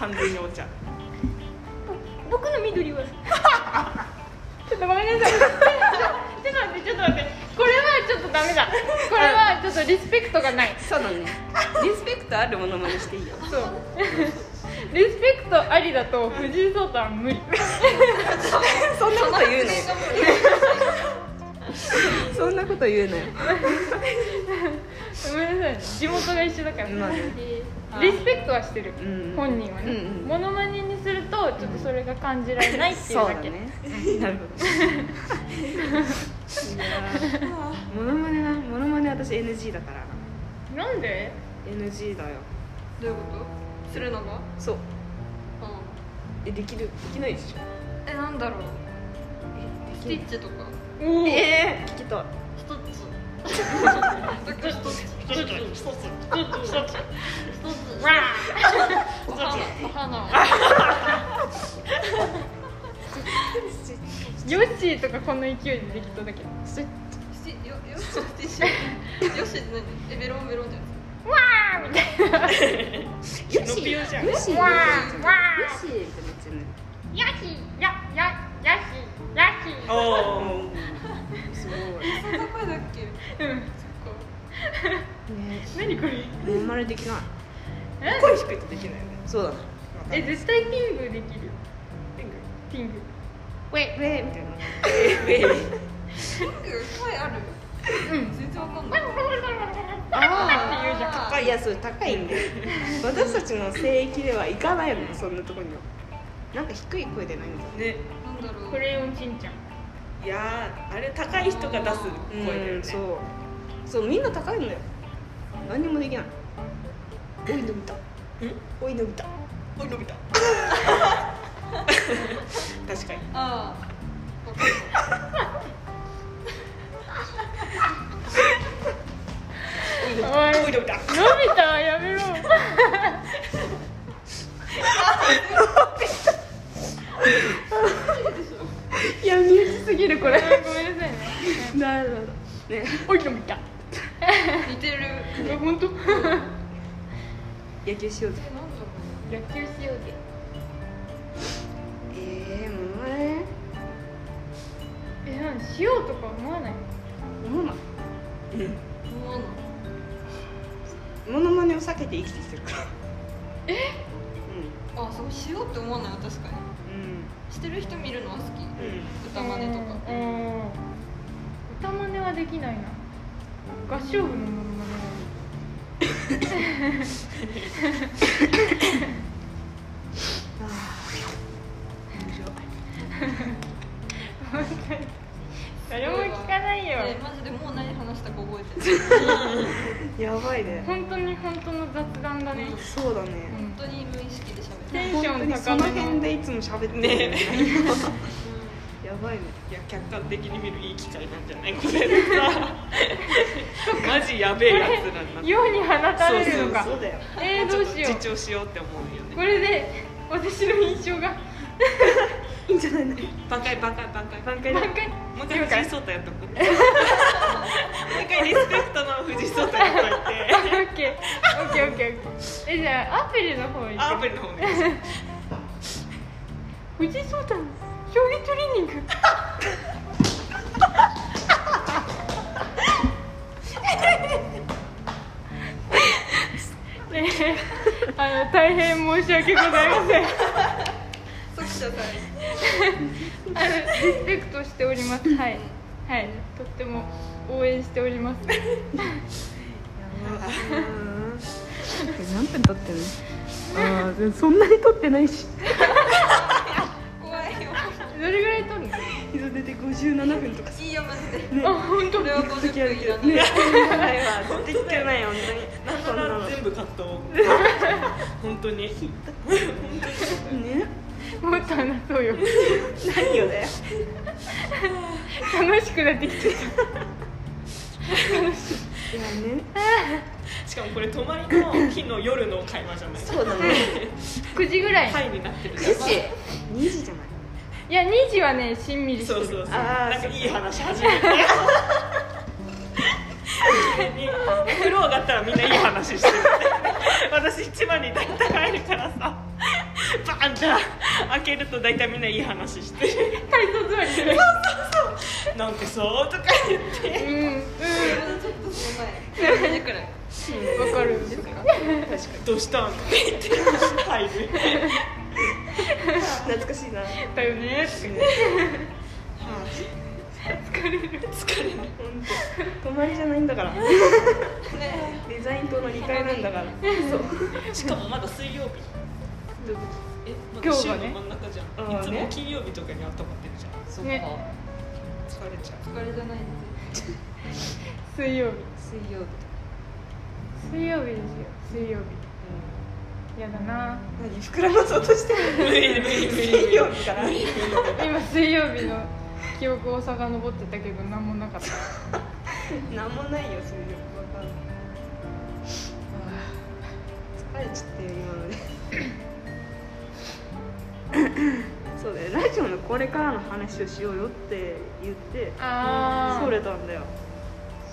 D: 完全にお茶
C: ぼ僕の緑 はちょっとごめんなさいちょっとちょっと待ってちょっと待ってこれはちょっとダメだこれはちょっとリスペクトが ない
E: そうだねリスペクトあるモノマネしていいよ
C: そう リスペクトありだと藤井聡太は無理
E: そんなこと言うなよそんなこと言うなよ
C: ごめんなさい地元が一緒だから、
E: まあね
C: リスペクトはしてる、
E: うん
C: 本人はね、
E: うんうん
C: モノマネにするとちょっとそれが感じられないっていう
E: そう
C: だ
E: だ
C: け、
E: ねなるほどいやーモノマネなモノマネ私 NG だから
C: なんで
E: NG だよ
B: どういうことするのが
E: そう
B: う
E: えできるできないでしょ
B: んえなんだろうスティッチとか
C: おえ
E: ええ聞きたい
B: 一つだから一つ
D: 一つ一つ
B: お花お花
C: ヨッシーとかこの勢いでできそうだけど
B: しよよしってしよしって何えベロンベロンじゃん
E: よし
D: ピノピオじゃん
E: よし
C: わー
E: よ
C: わ
E: しみたいになっちゃうね
C: ーヨッシーヨヨヨッシーヨッシ
D: おお
E: すご
B: そんな声だっけ
C: ーうん何これ
E: いモノマネできない
C: え
D: 声低いとできないよね
E: そうだね
C: え絶対ピングできるピング
E: ウェイウェイみたいな
B: ピンク声ある
C: うん
B: 全然わかんない
E: あ
B: 言うじゃん
E: あ高いいやそれ高いんで私たちの聖域では行かないもんそんなとこにはなんか低い声でないんだよ
D: ね
B: なんだろう
C: クレヨンしんちゃん
D: いやーあれ高い人が出す声だよ
E: う
D: ね
E: んそうそうみんな高いんだよ何にもできないおい伸びたおい伸びた
D: おい伸びた確かに
B: ああわかる
C: おい
D: おい伸びた
C: 伸びたはやめろ
E: いや身内すぎるこれ
C: ごめんなさいね
E: なるほどね
C: おい伸びた
B: 似てるえ
C: え本当
E: 野球しようぜ
B: なんだろう
C: 野球しようぜ
E: ええもうね
C: えなんしようとか思わない
E: 思うな
B: 思わない
E: モノマネを避けて生きてきてるから
B: あそうしようって思わない確かに
E: うんう
B: してる人見るのは好き
E: んうん
B: 歌真似とか
C: うん歌真似はできないな合唱部のものまね誰も聞かないよ
B: えマジでもう何話したか覚えてる
E: やばいね
C: 本当に本当の雑談だね、
E: そうだね
C: う
B: 本当に無意識で喋って
C: テン
E: 本
C: シ
E: 当
C: ョン
E: にそ
C: 高
E: の
C: め
E: 辺
C: の
E: でいつも喋ってる
D: ね
E: やばいね
D: いや客観的に見るいい機会なんじゃないこれさマジやべえやつらになって
C: 世に放たれるのか
E: そうだよ
C: えー、どうし
D: ちょっ
C: よ
D: と
C: う
D: 自重しようって思うよね
C: これで私の印象が
E: いいんじゃないの
D: 挽回挽回挽回
E: 挽回だ
C: なんか
D: もう一回藤井聡太やっとこうもう一回リスペクトの藤井聡太やっと いて
C: オッケーオッケーオッケーオッケーえじゃあアプリの方に
D: あアプリの方ね
C: 藤井聡太の将棋トレーニング ねえあの大変申し訳ございません
B: 作者さんに
C: あのリスペクトしておりますはいはいとっても応援しております
E: 何分経ってるのあーそんなに取ってないし
B: 怖いよ
C: どれぐらい撮るの
E: いずれで57分とか
B: いいよマジで
C: あ本当
B: これは50
E: 付き合う
B: 分
E: け
B: いら
E: ど
B: ない
E: ねないわ絶対聞けないよ本当にそんなのね
D: 全部カット本当に
C: もっと話そうよ
E: 何よだよ
C: 楽しくなってきちゃっ
E: いやね
D: しかもこれ泊まりの日の夜の会話じゃない
E: そうだね
C: た9時ぐらい、い、
D: 会になってるじゃん
E: 9時2時じゃない
C: や2時はねしんみりして
D: そ
C: る
D: うそうそう
E: あー
D: なんかいい話始めてフローがあったらみんないい話してる私一番に大体入るからさバーンって開けると大体みんないい話してる
C: 体操座りする
D: なんかそうとか言って
C: うん
B: ちょっとその前何時くらい
C: わかる
D: どうしたんとか言って入る
E: 懐かしいな
C: だよね
E: 泊まりじゃないんだからデザインとの2階なんだから
D: しかもまだ水曜日えま
C: 今
D: だ
C: 日
D: 週
C: が
D: の
C: ね
D: 真ん中じゃ
E: うん
D: ん、いつ
E: ね
D: も金曜日とかに温まってるじゃん
F: そ
C: っかね
D: 疲れちゃう
B: 疲れじゃないんで
C: 水曜日
F: 水曜日
C: 水曜日ですよ水曜日やだな
E: 何膨らまそうとしてる
D: 無理無理無理
E: 金曜日から
C: 今水曜日の記憶を遡ってたけど何もなかった
E: なんもないよそういうのわかんない疲れちゃったよ今のでそうだよラジオのこれからの話をしようよって言って
C: あ
E: それたんだよ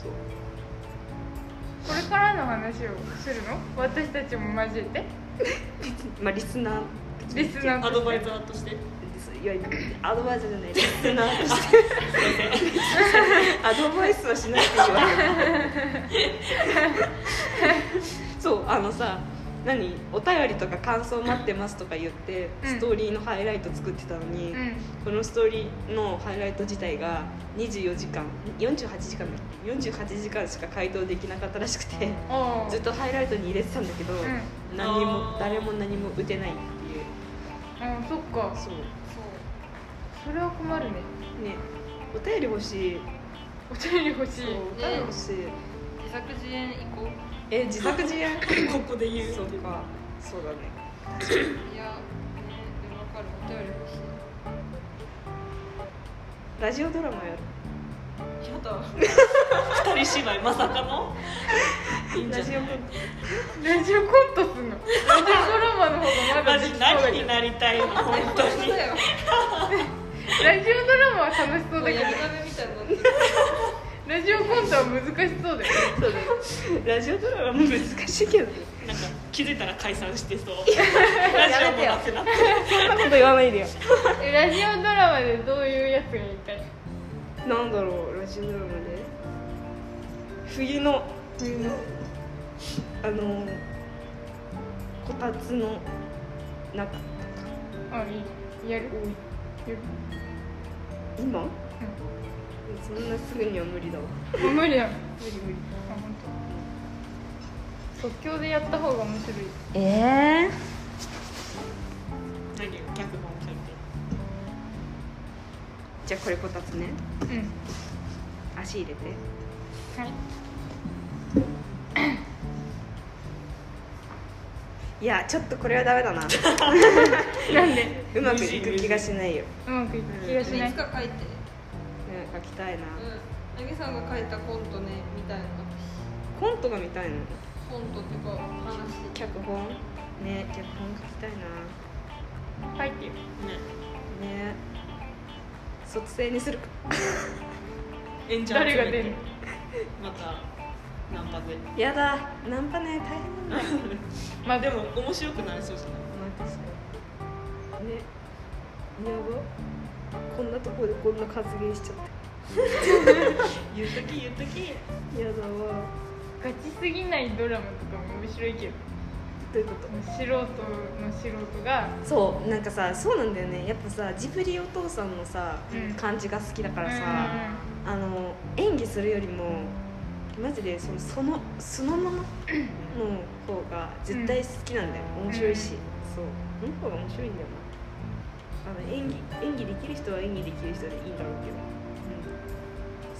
E: そう
C: これからの話をするの私たちも交えて
E: まあリスナー
C: リスナ
D: ア
C: ーと
D: ドバイザーとして
E: ですいわゆるアドバイスじゃないリスナーとしてアドバイスはしないって言わ そうあのさ何お便りとか感想待ってますとか言って、
C: うん
E: ストーリーのハイライト作ってたのに、
C: うん
E: このストーリーのハイライト自体が24時間48時間だっけ48時間しか回答できなかったらしくて
C: お
E: ずっとハイライトに入れてたんだけど、
C: ん
E: 何にも
D: あー
E: 誰も何も打てないっていう
C: あそっか
E: そう
C: それは困るね
E: ねお便り欲しい
C: お便り欲しい
E: そうお便り欲しい、
B: 自作自演行こう
E: え自作自演
D: ここで言う
E: そうかそうだね
B: いやねでもわかるお便り欲しい
E: ラジオドラマやる
B: やだ
D: 二人芝居まさかのいいんじゃ
E: ラジオ
D: ない
E: ドラマ
C: ラジオコントすんのラジオドラマの方がまだ
D: マ
C: でき
D: ジ
C: そうだ
D: 何
C: け
D: に
C: ど
D: なりたいの本当
B: 本当
D: に
B: だよ
C: ラジオドラマは楽しそう
B: も
C: だ
B: う
C: け
B: や
C: ど
B: り鍋みたいになってる
C: ラジオコントは難しそうだよ
E: そうだねラジオドラマも難しいけどね
D: なんか気づいたら解散してそうラジオもなくなって
E: そんなこと言わないでよ
C: えラジオドラマでどういうやつがいたい
E: なんだろうラジオドラマで冬の冬のあのこたつの中
C: あいいやる
E: おい
C: やる
E: 今、そんなすぐには無理だわ
C: 無理だあ
E: 無理無理
C: 本当。即興でやった方が面白い
E: え
D: 何
E: え
D: を脚本書いて
E: じゃあこれこたつね
C: うん
E: 足入れて
C: はい
E: いやちょっとこれはダメ だな
C: なんで
E: うまくいく気がしないよ、
C: うまくいく気がしないい
B: つか書いて
E: ね、書きたいな
B: うんなぎさんが書いたコントねみたいな
E: コントが見たいの
B: コントっていうか話
E: 脚本ね脚本書きたいな
C: はいっていう
E: ね卒生にするか
D: 演者集
C: 誰が
D: め
C: 出
D: て
C: る
D: またナンパで
E: やだナンパね大変なんだ
D: まあでも面白くなりそうじゃない
E: まあ確かにねやばこんなとこでこんな発言しちゃっ
D: 言っとき言っとき
E: てやだわ
C: ガチすぎないドラマとかも面白いけど
E: どういうこ
C: 素人の素人が
E: とそうなんかさそうなんだよねやっぱさジブリお父さんのさ、
C: うん
E: 感じが好きだからさ、あの演技するよりもマジでそのそのそのままの方が絶対好きなんだよ、面白いし、そうその方が面白いんだよなあの演技演技できる人は演技できる人でいいんだろうけど、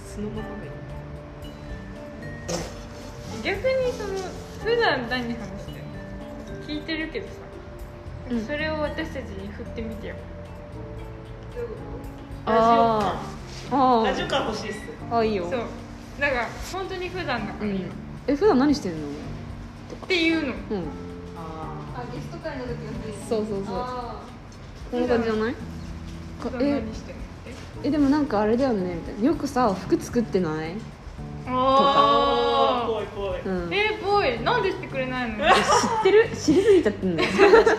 E: うん、そのままがいい
C: うん逆にその普段何話してるの聞いてるけどさ、
A: うん
C: それを私たちに振ってみてよ
A: あーあ
D: ラジ
A: ー
D: オ感欲しいっす
A: あいいよ
C: そうだから本当に普段だか
A: う
C: ら、
A: ん
C: っ
A: え普段何してるの
C: ていうの
A: うん
D: あ
F: あゲスト会の時の雰囲気
A: そうそうそう
F: あ
A: こんな感じじゃない
C: 普
A: か
C: 段
A: え
C: 何してるのって
A: えでもなんかあれだよねみたいなよくさ服作ってない
D: あ
C: あ
D: ぽいぽい
A: うん
C: ー
A: 知っ
C: えーボーイなんでしてくれないの
A: てる知りすぎちゃってんだよ
D: 確かに確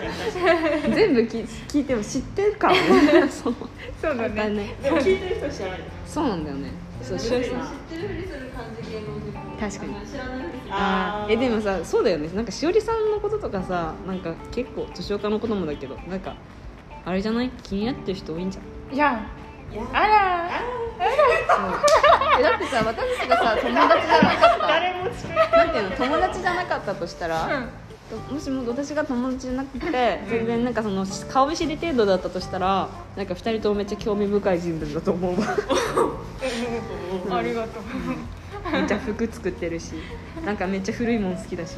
D: かに
A: 全部き聞いても知ってるからねそう
C: そうだ
A: わかん
C: ね
A: ない
D: でも聞いてる人知らない
A: そうなんだよねそう
F: 知
A: しゅ
F: っ
A: う
F: て
A: さ
F: る
A: ん
F: ふりする感じ芸能人
A: 確かに
F: あの知らないふりする
A: あーえでもさそうだよねなんかしおりさんのこととかさなんか結構年岡のこともだけどなんかあれじゃない気になってる人多いんじゃん
C: いやあらー
A: えだってさ私たちがさ友達じゃ なかった
D: 誰も近い
A: なんていうの友達じゃなかったとしたら、
C: うん
A: もしも私が友達じゃなくて全然なんかその顔見知り程度だったとしたらなんか2人ともめっちゃ興味深い人物だと思う わ
C: ありがとう。
A: めっちゃ服作ってるしなんかめっちゃ古いもん好きだし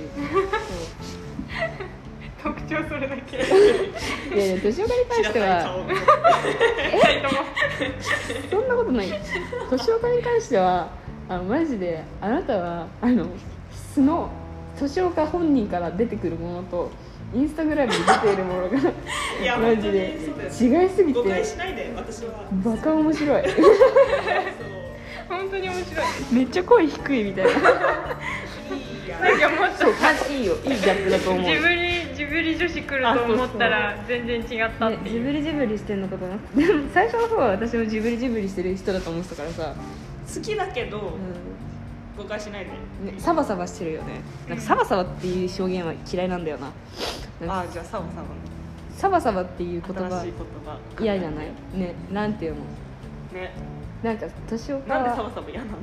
C: 特徴それだけ。
A: いやいや年岡に
D: 知
A: 対
D: ら
A: して
D: ない
A: は
D: 顔が
A: そんなことない年岡に関してはあのマジであなたはあの素の年岡本人から出てくるものとインスタグラムに出ているものが
D: いや
A: マ
D: 本当
A: ジで
D: にそうだよ
A: 違いすぎ
D: 誤解
A: て
D: しないで私は
A: バカ面白い
D: そう
C: 本当に面白い。
A: めっちゃ声低いみたいな
D: いいや
C: なんかもっと
A: そうかいいよいいギャップだと思う
C: ジブリジブリ女子来ると思ったら全然違ったって
A: ね、
C: い
A: ジ
C: う。
A: ブリジブリしてんのかと思ってでも最初の方は私もジブリジブリしてる人だと思ってたからさ、
D: 好きだけど
A: う
D: 誤解しないで
A: んね、サバサバしてるよねなんかサバサバっていう表現は嫌いなんだよななんか
D: あじゃあサボサ
A: サバサバっていう言
D: ボ新
A: 葉
D: しい言葉
A: 嫌じゃないねなんていうの
D: ね
A: なんか年岡
D: なんでサ
A: は
D: ボサボ嫌なの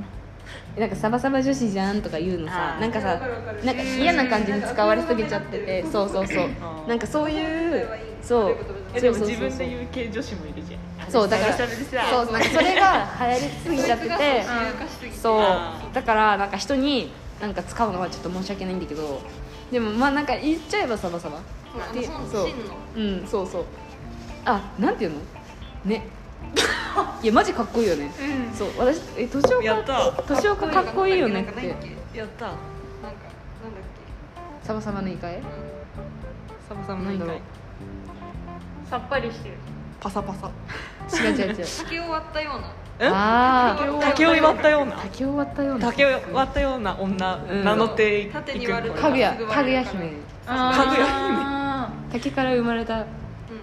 A: なんかサバサバ女子じゃんとか言うのさ
D: あー
A: なんかさ
F: わかるわかる
A: なんか嫌な感じに使われすぎちゃってて
F: うん
A: そうそうそう
D: あー
A: なんかそういう
F: そ
A: そう
F: いう
A: う
F: ことじゃない
D: えでも
A: そうそうそう
D: 自分で言う系女子もいるじゃん
A: そうだから
D: し
A: そ
D: ゃ
A: う
D: べりさ
A: なんかそれが流行りすぎちゃってて
F: 化しすぎて
A: そ
D: あー
A: うだからなんか人になんか使うのはちょっと申し訳ないんだけどでもまあなんか言っちゃえばサバサバ
F: そうあの
A: で
F: その
A: そう
F: 真の
A: うんそうそうあなんていうのねいやマジかっこいいよね
C: うん。
A: そう私え年
D: やっ
A: 岡
D: た
A: 年岡かっこいいよねっ
F: なんかない
A: て
F: っけ
D: やった
F: なんかなんだっ
A: サバサバのイカイ
D: サボサボ
A: なんだろう
C: さっぱりしてる。
D: パサパサ
A: 違う違う違う
F: け竹を割ったような
A: ああ
D: 竹を割ったような
A: 竹を割ったような
D: 竹を割ったような女
A: うん
D: 名乗っていく
F: 縦に割る
A: かぐや
F: すぐ
A: かぐ
F: 割れ
A: や
F: るから
A: 姫
D: かぐや姫
C: あ
A: 竹から生まれ
F: う
A: た
F: ん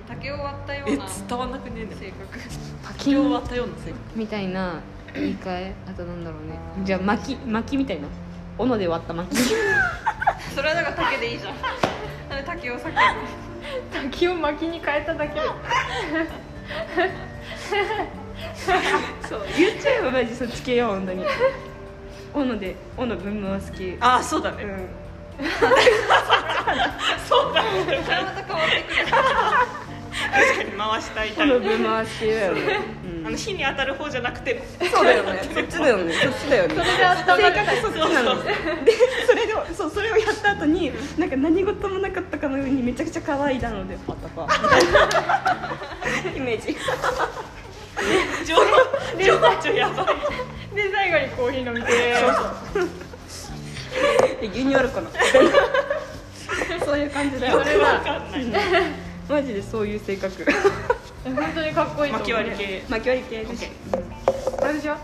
F: 竹を割ったよう
D: え
F: な
D: 伝わんなくねえんだよ
F: 性格
A: パキ
D: 竹を
A: ン
D: 割ったような性
A: みたいな言い換えあとなんだろうねじゃあ巻き巻きみたいな斧で割った巻き
F: それはだから竹でいいじゃんなんで竹を避ける
C: ー滝を薪に変えただけ。
A: そう言っちゃえばマジそっち系よ本当に斧で斧文は好き
D: ああそうだね、そうだね
F: それはまた変わってくる
D: 確かに回したいタイ
A: 斧
D: プ
A: 文は好きだよね
D: あの火に当たる方じゃなくて
A: そうだよねそっちだよねそっちだよね
D: そっちなのね
A: それでそうそれをやった後になんか何事もなかったかのようにめちゃくちゃ乾いたのでパタパ イメージ
D: 情報情報中やばい
C: で最後にコーヒー飲みて。
A: 牛乳あるかなそういう感じだよ
D: わかんない
E: マジでそういう性格
C: え本当にかっこいいと
D: 巻き
C: 思う
D: 割り系
E: 巻き割り系です
D: OK
E: あれでしょ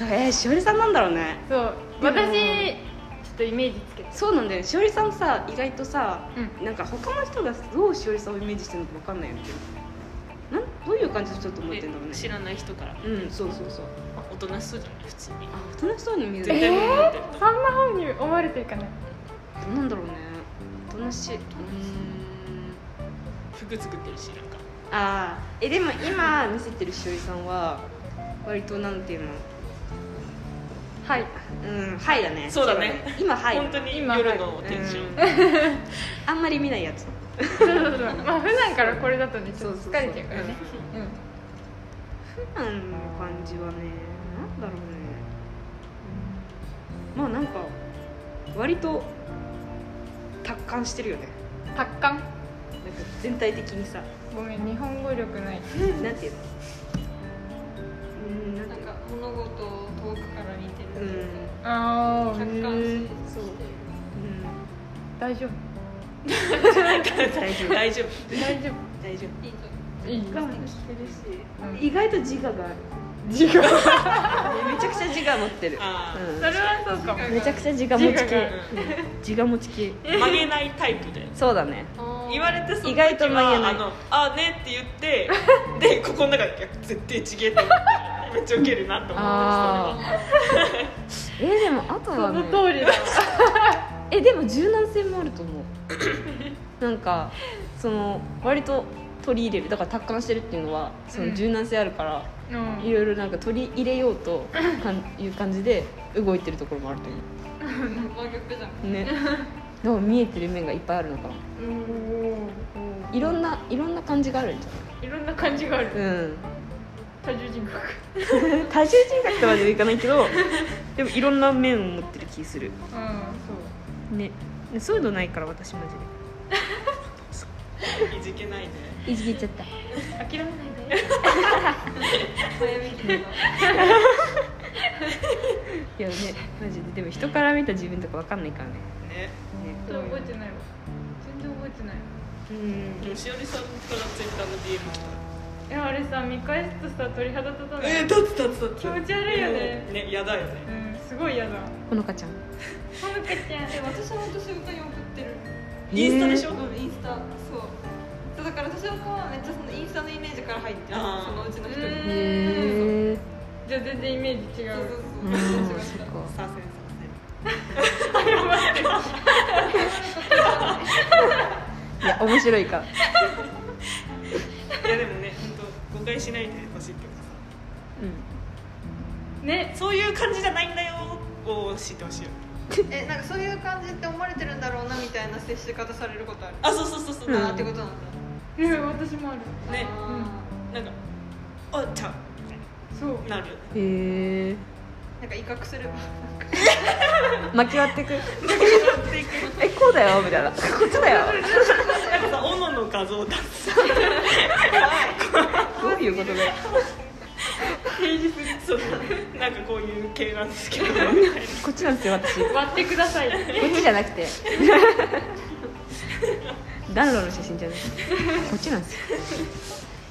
E: えー、しおりさんなんだろうね
C: そう
E: でも
C: 私ちょっとイメージつけて
E: そうなんだよねしおりさんさ意外とさ
C: うん
E: なんか他の人がどうしおりさんをイメージしてるのか分かんないよねなんどういう感じの人だと思ってんだろうね
D: 知らない人から、
E: うんそうそうそう
D: まあ、おとなしそうじゃない普通に
E: あ楽しそうに見える
D: 絶対守ってると思う
C: そんな方に思われてるかな
E: どうなんだろうね楽しいうーん
D: 服作ってるしなんか
E: ああえでも今見せてるしおりさんは割となんていうのはいうんはいだね
D: そうだね
E: 今はい
D: 本当に
C: 今
D: 夜のテンション、
E: あんまり 見ないやつ
C: そうそうそうまあ普段からこれだとねちょっと
E: そうそうそう
C: 疲れちゃうからねうん
E: 普段の感じはねなんだろうねまあなんか割と達観してるよね
C: 達観
E: なんか全体的にさ
C: ごめん日本語力ない
E: なんていうのうんなん
B: なん
E: か
B: か物事を遠くから見て
E: う
B: る、
E: ん
C: ああ
B: 客観視
E: そう
C: 大丈夫
E: うん大丈夫
D: 大丈夫
C: 大丈
E: 大丈
B: いいと
C: 夫いい
E: 夫
C: うん
E: 意外と自我がある
C: 自我
E: めちゃくちゃ自我持ってる
D: あー
C: それはそうかも
A: めちゃくちゃ自我持ち系自我持ち系
D: 曲げないタイプで
E: そうだね
D: 言われてその時は
E: 意外と曲げない
D: あのあーねって言って でここの中でいや絶対ちげえと思って めっちゃウケるなと思って
A: あ ーえーでもあとは
C: その
A: ね
C: 通りだ
A: えでも柔軟性もあると思うなんかその割と取り入れるだから達観してるっていうのはその柔軟性あるから、
C: うん
A: いろいろなんか取り入れようとかんいう感じで動いてるところもあると思
B: 真逆じゃん
A: うねでも見えてる面がいっぱいあるのかないろんないろんな感じがあるんじ
C: いろんな感じがあ
A: ゃ
C: る
A: ないうん
C: 多重人格
E: 多重人格とまではいかないけどでもいろんな面を持ってる気する
C: うんそう
E: ねそういうのないから私マジで
D: ましたいじけないで
A: いじけちゃった
C: 諦めないで
B: 早見切りの
A: いやねマジででも人から見た自分とかわかんないからね
D: ね
C: それ覚えてないわ全然覚えてない
E: うん
D: でもしおりさんからツイッターの DM 来た
C: いやあれさ見返すとさ鳥肌立たない、
D: えー、立つ立つ立つ
C: 気持ち悪いよね
D: ねやだよね
C: うんすごい嫌だほ
A: ほのかちゃん
C: のかちゃん
B: で私も年岡に送ってる
D: インスタでしょ、
B: うんインスタそうだから年岡はめっちゃそのインスタのイメージから入ってる
D: あー
B: そのうちの一人
C: う
B: そう
C: ん
A: へえ
C: じゃあ全然イメージ違
B: そう
C: う
A: う
B: そう違
A: ん
B: っ
A: そ
B: た
A: っか
D: させんさ
A: いや面白いから
D: せんいやでもね本当誤解しないでほしいっていうかさ
A: う
C: ね
D: そういう感じじゃないんだよを知ってほしいよ
B: えなんかそういう感じって思われてるんだろうなみたいな接し方されることある
D: あそうそうそうそう、
A: うん
B: あーってことなんだ
C: ね私もある
D: ね
B: あ
D: なんか「あちゃう」
C: そう
D: みたいになるよ
A: ん
D: ね
A: へえ
B: ーなんか威嚇する
A: 巻き割ってく
D: っていく
A: えこうだよみたいなこっちだよ
D: なんかさ斧の画像を出す
A: どういうことだよ
D: ページするそうなんかこういう系なんですけどみたいな
A: こっちなんですよ私こ
C: 割ってくださいね
A: っちじゃなくて暖炉の写真じゃないこっちなんですよ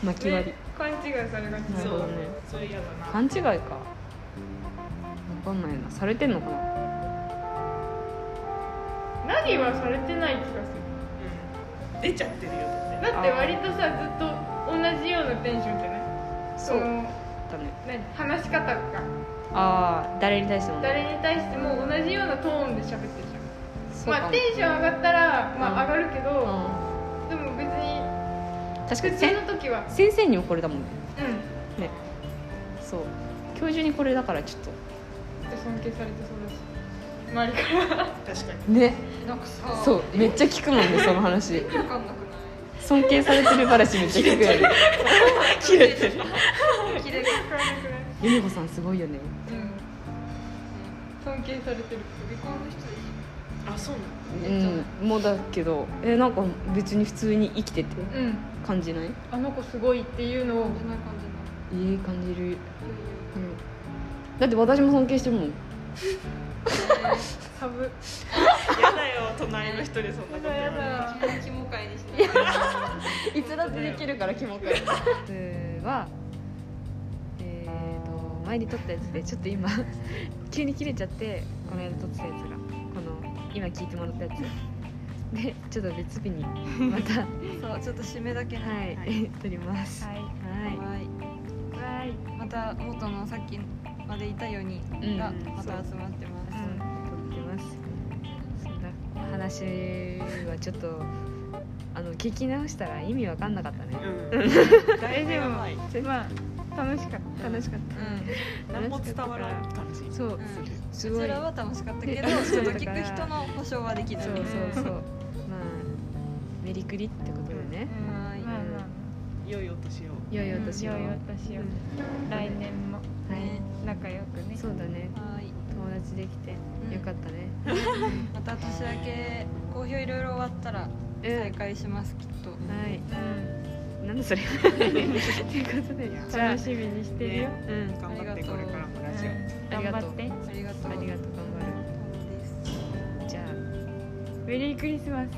A: 巻き割り
C: 勘違いされがち
A: なる
D: そ
A: ほ
D: う
A: どね
D: それ嫌だな
A: 勘違いかわかんないなされてんのかな
C: 何はされてない気がする
D: うん出ちゃってるよだって
C: だって割とさずっと同じようなテンションじゃない
A: そう
C: の
A: だね
C: 何話し方が
A: ああ誰に対しても
C: 誰に対しても同じようなトーンで喋ってるじゃん
A: そうか
C: まあ
A: も
C: テンション上がったら、まあ、上がるけど、
A: う
C: でも別に
A: ん確か
C: 普
A: に
C: 通
A: せん
C: の時は
A: 先生にもこれだもんね
C: うん
A: ねそう教授にこれだからちょっ
C: 尊敬されてそうだし周りから
D: 確かに
A: とね
B: なんかさ
A: そうめっちゃ聞くもんねその話
B: わかんなくない
A: 尊敬されてる話めっちゃ聞くよね
B: 切れてる切れてる
A: 由美子さんすごいよね
C: うん尊敬されてる
B: 離婚の人でし
D: あそうなの
A: うんもうだけどえなんか別に普通に生きてて
C: うん
A: 感じないえ
C: あの子すごいっていうのを
B: ょそんな感じな
A: え感じる、うん、だって私も尊敬してるもん
C: サブ
D: 嫌だよ隣の人でそんなこと言われて
B: いやいやキモキモ会にしない
A: いつだってできるからキモくやつはえー、と前に撮ったやつでちょっと今 急に切れちゃってこの間撮ってたやつがこの今聞いてもらったやつでちょっと別日にまた
B: そうちょっと締めだけね
A: はい、撮ります
C: はい
A: はい
B: はいまた元のさっきまでいたように
A: うん
B: がまた集まってます、
A: 撮ってますそんな話はちょっとあの聞き直したら意味わかんなかったね
D: うん、大
C: で
D: 丈
C: も
D: 夫ない
C: まあ楽しかった
A: 楽しかった
B: うん
D: 何も伝わらん感じ
A: そう、
B: うん
A: す
B: こ
A: ご
B: ち
A: い
B: らは楽しかったけ ど、
A: ね
B: ちょっと聞く人の保証はできない。
A: そうそうそう。まあメリクリってことよね。
B: はい。
C: まあま
D: 良いお年を
A: 良いお
C: あ
A: 年を。
C: 良いお年を来年も
A: はい。
C: 仲良くね
A: そうだね。
B: はい。
A: 友達できて
B: うん
A: よかったね。
B: また年明け、好評いろいろ終わったら、再開します、きっと。
A: はい。
C: うん
A: なんだそれ。ということで、じゃあ
C: 楽、しみにしてるよ
A: うん、
D: 頑張
B: あ
D: っ
B: りがと
D: てこ
B: う
D: れからもラジオ
A: あり
C: 頑
A: が
C: 張
A: とう
C: っ。て
B: ありがとう。
A: ありがとう頑張る。じゃあ
C: メリークリスマス
A: メ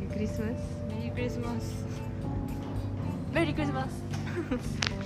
A: リークリスマス。
B: メリークリスマス。
G: メリークリスマス
A: メ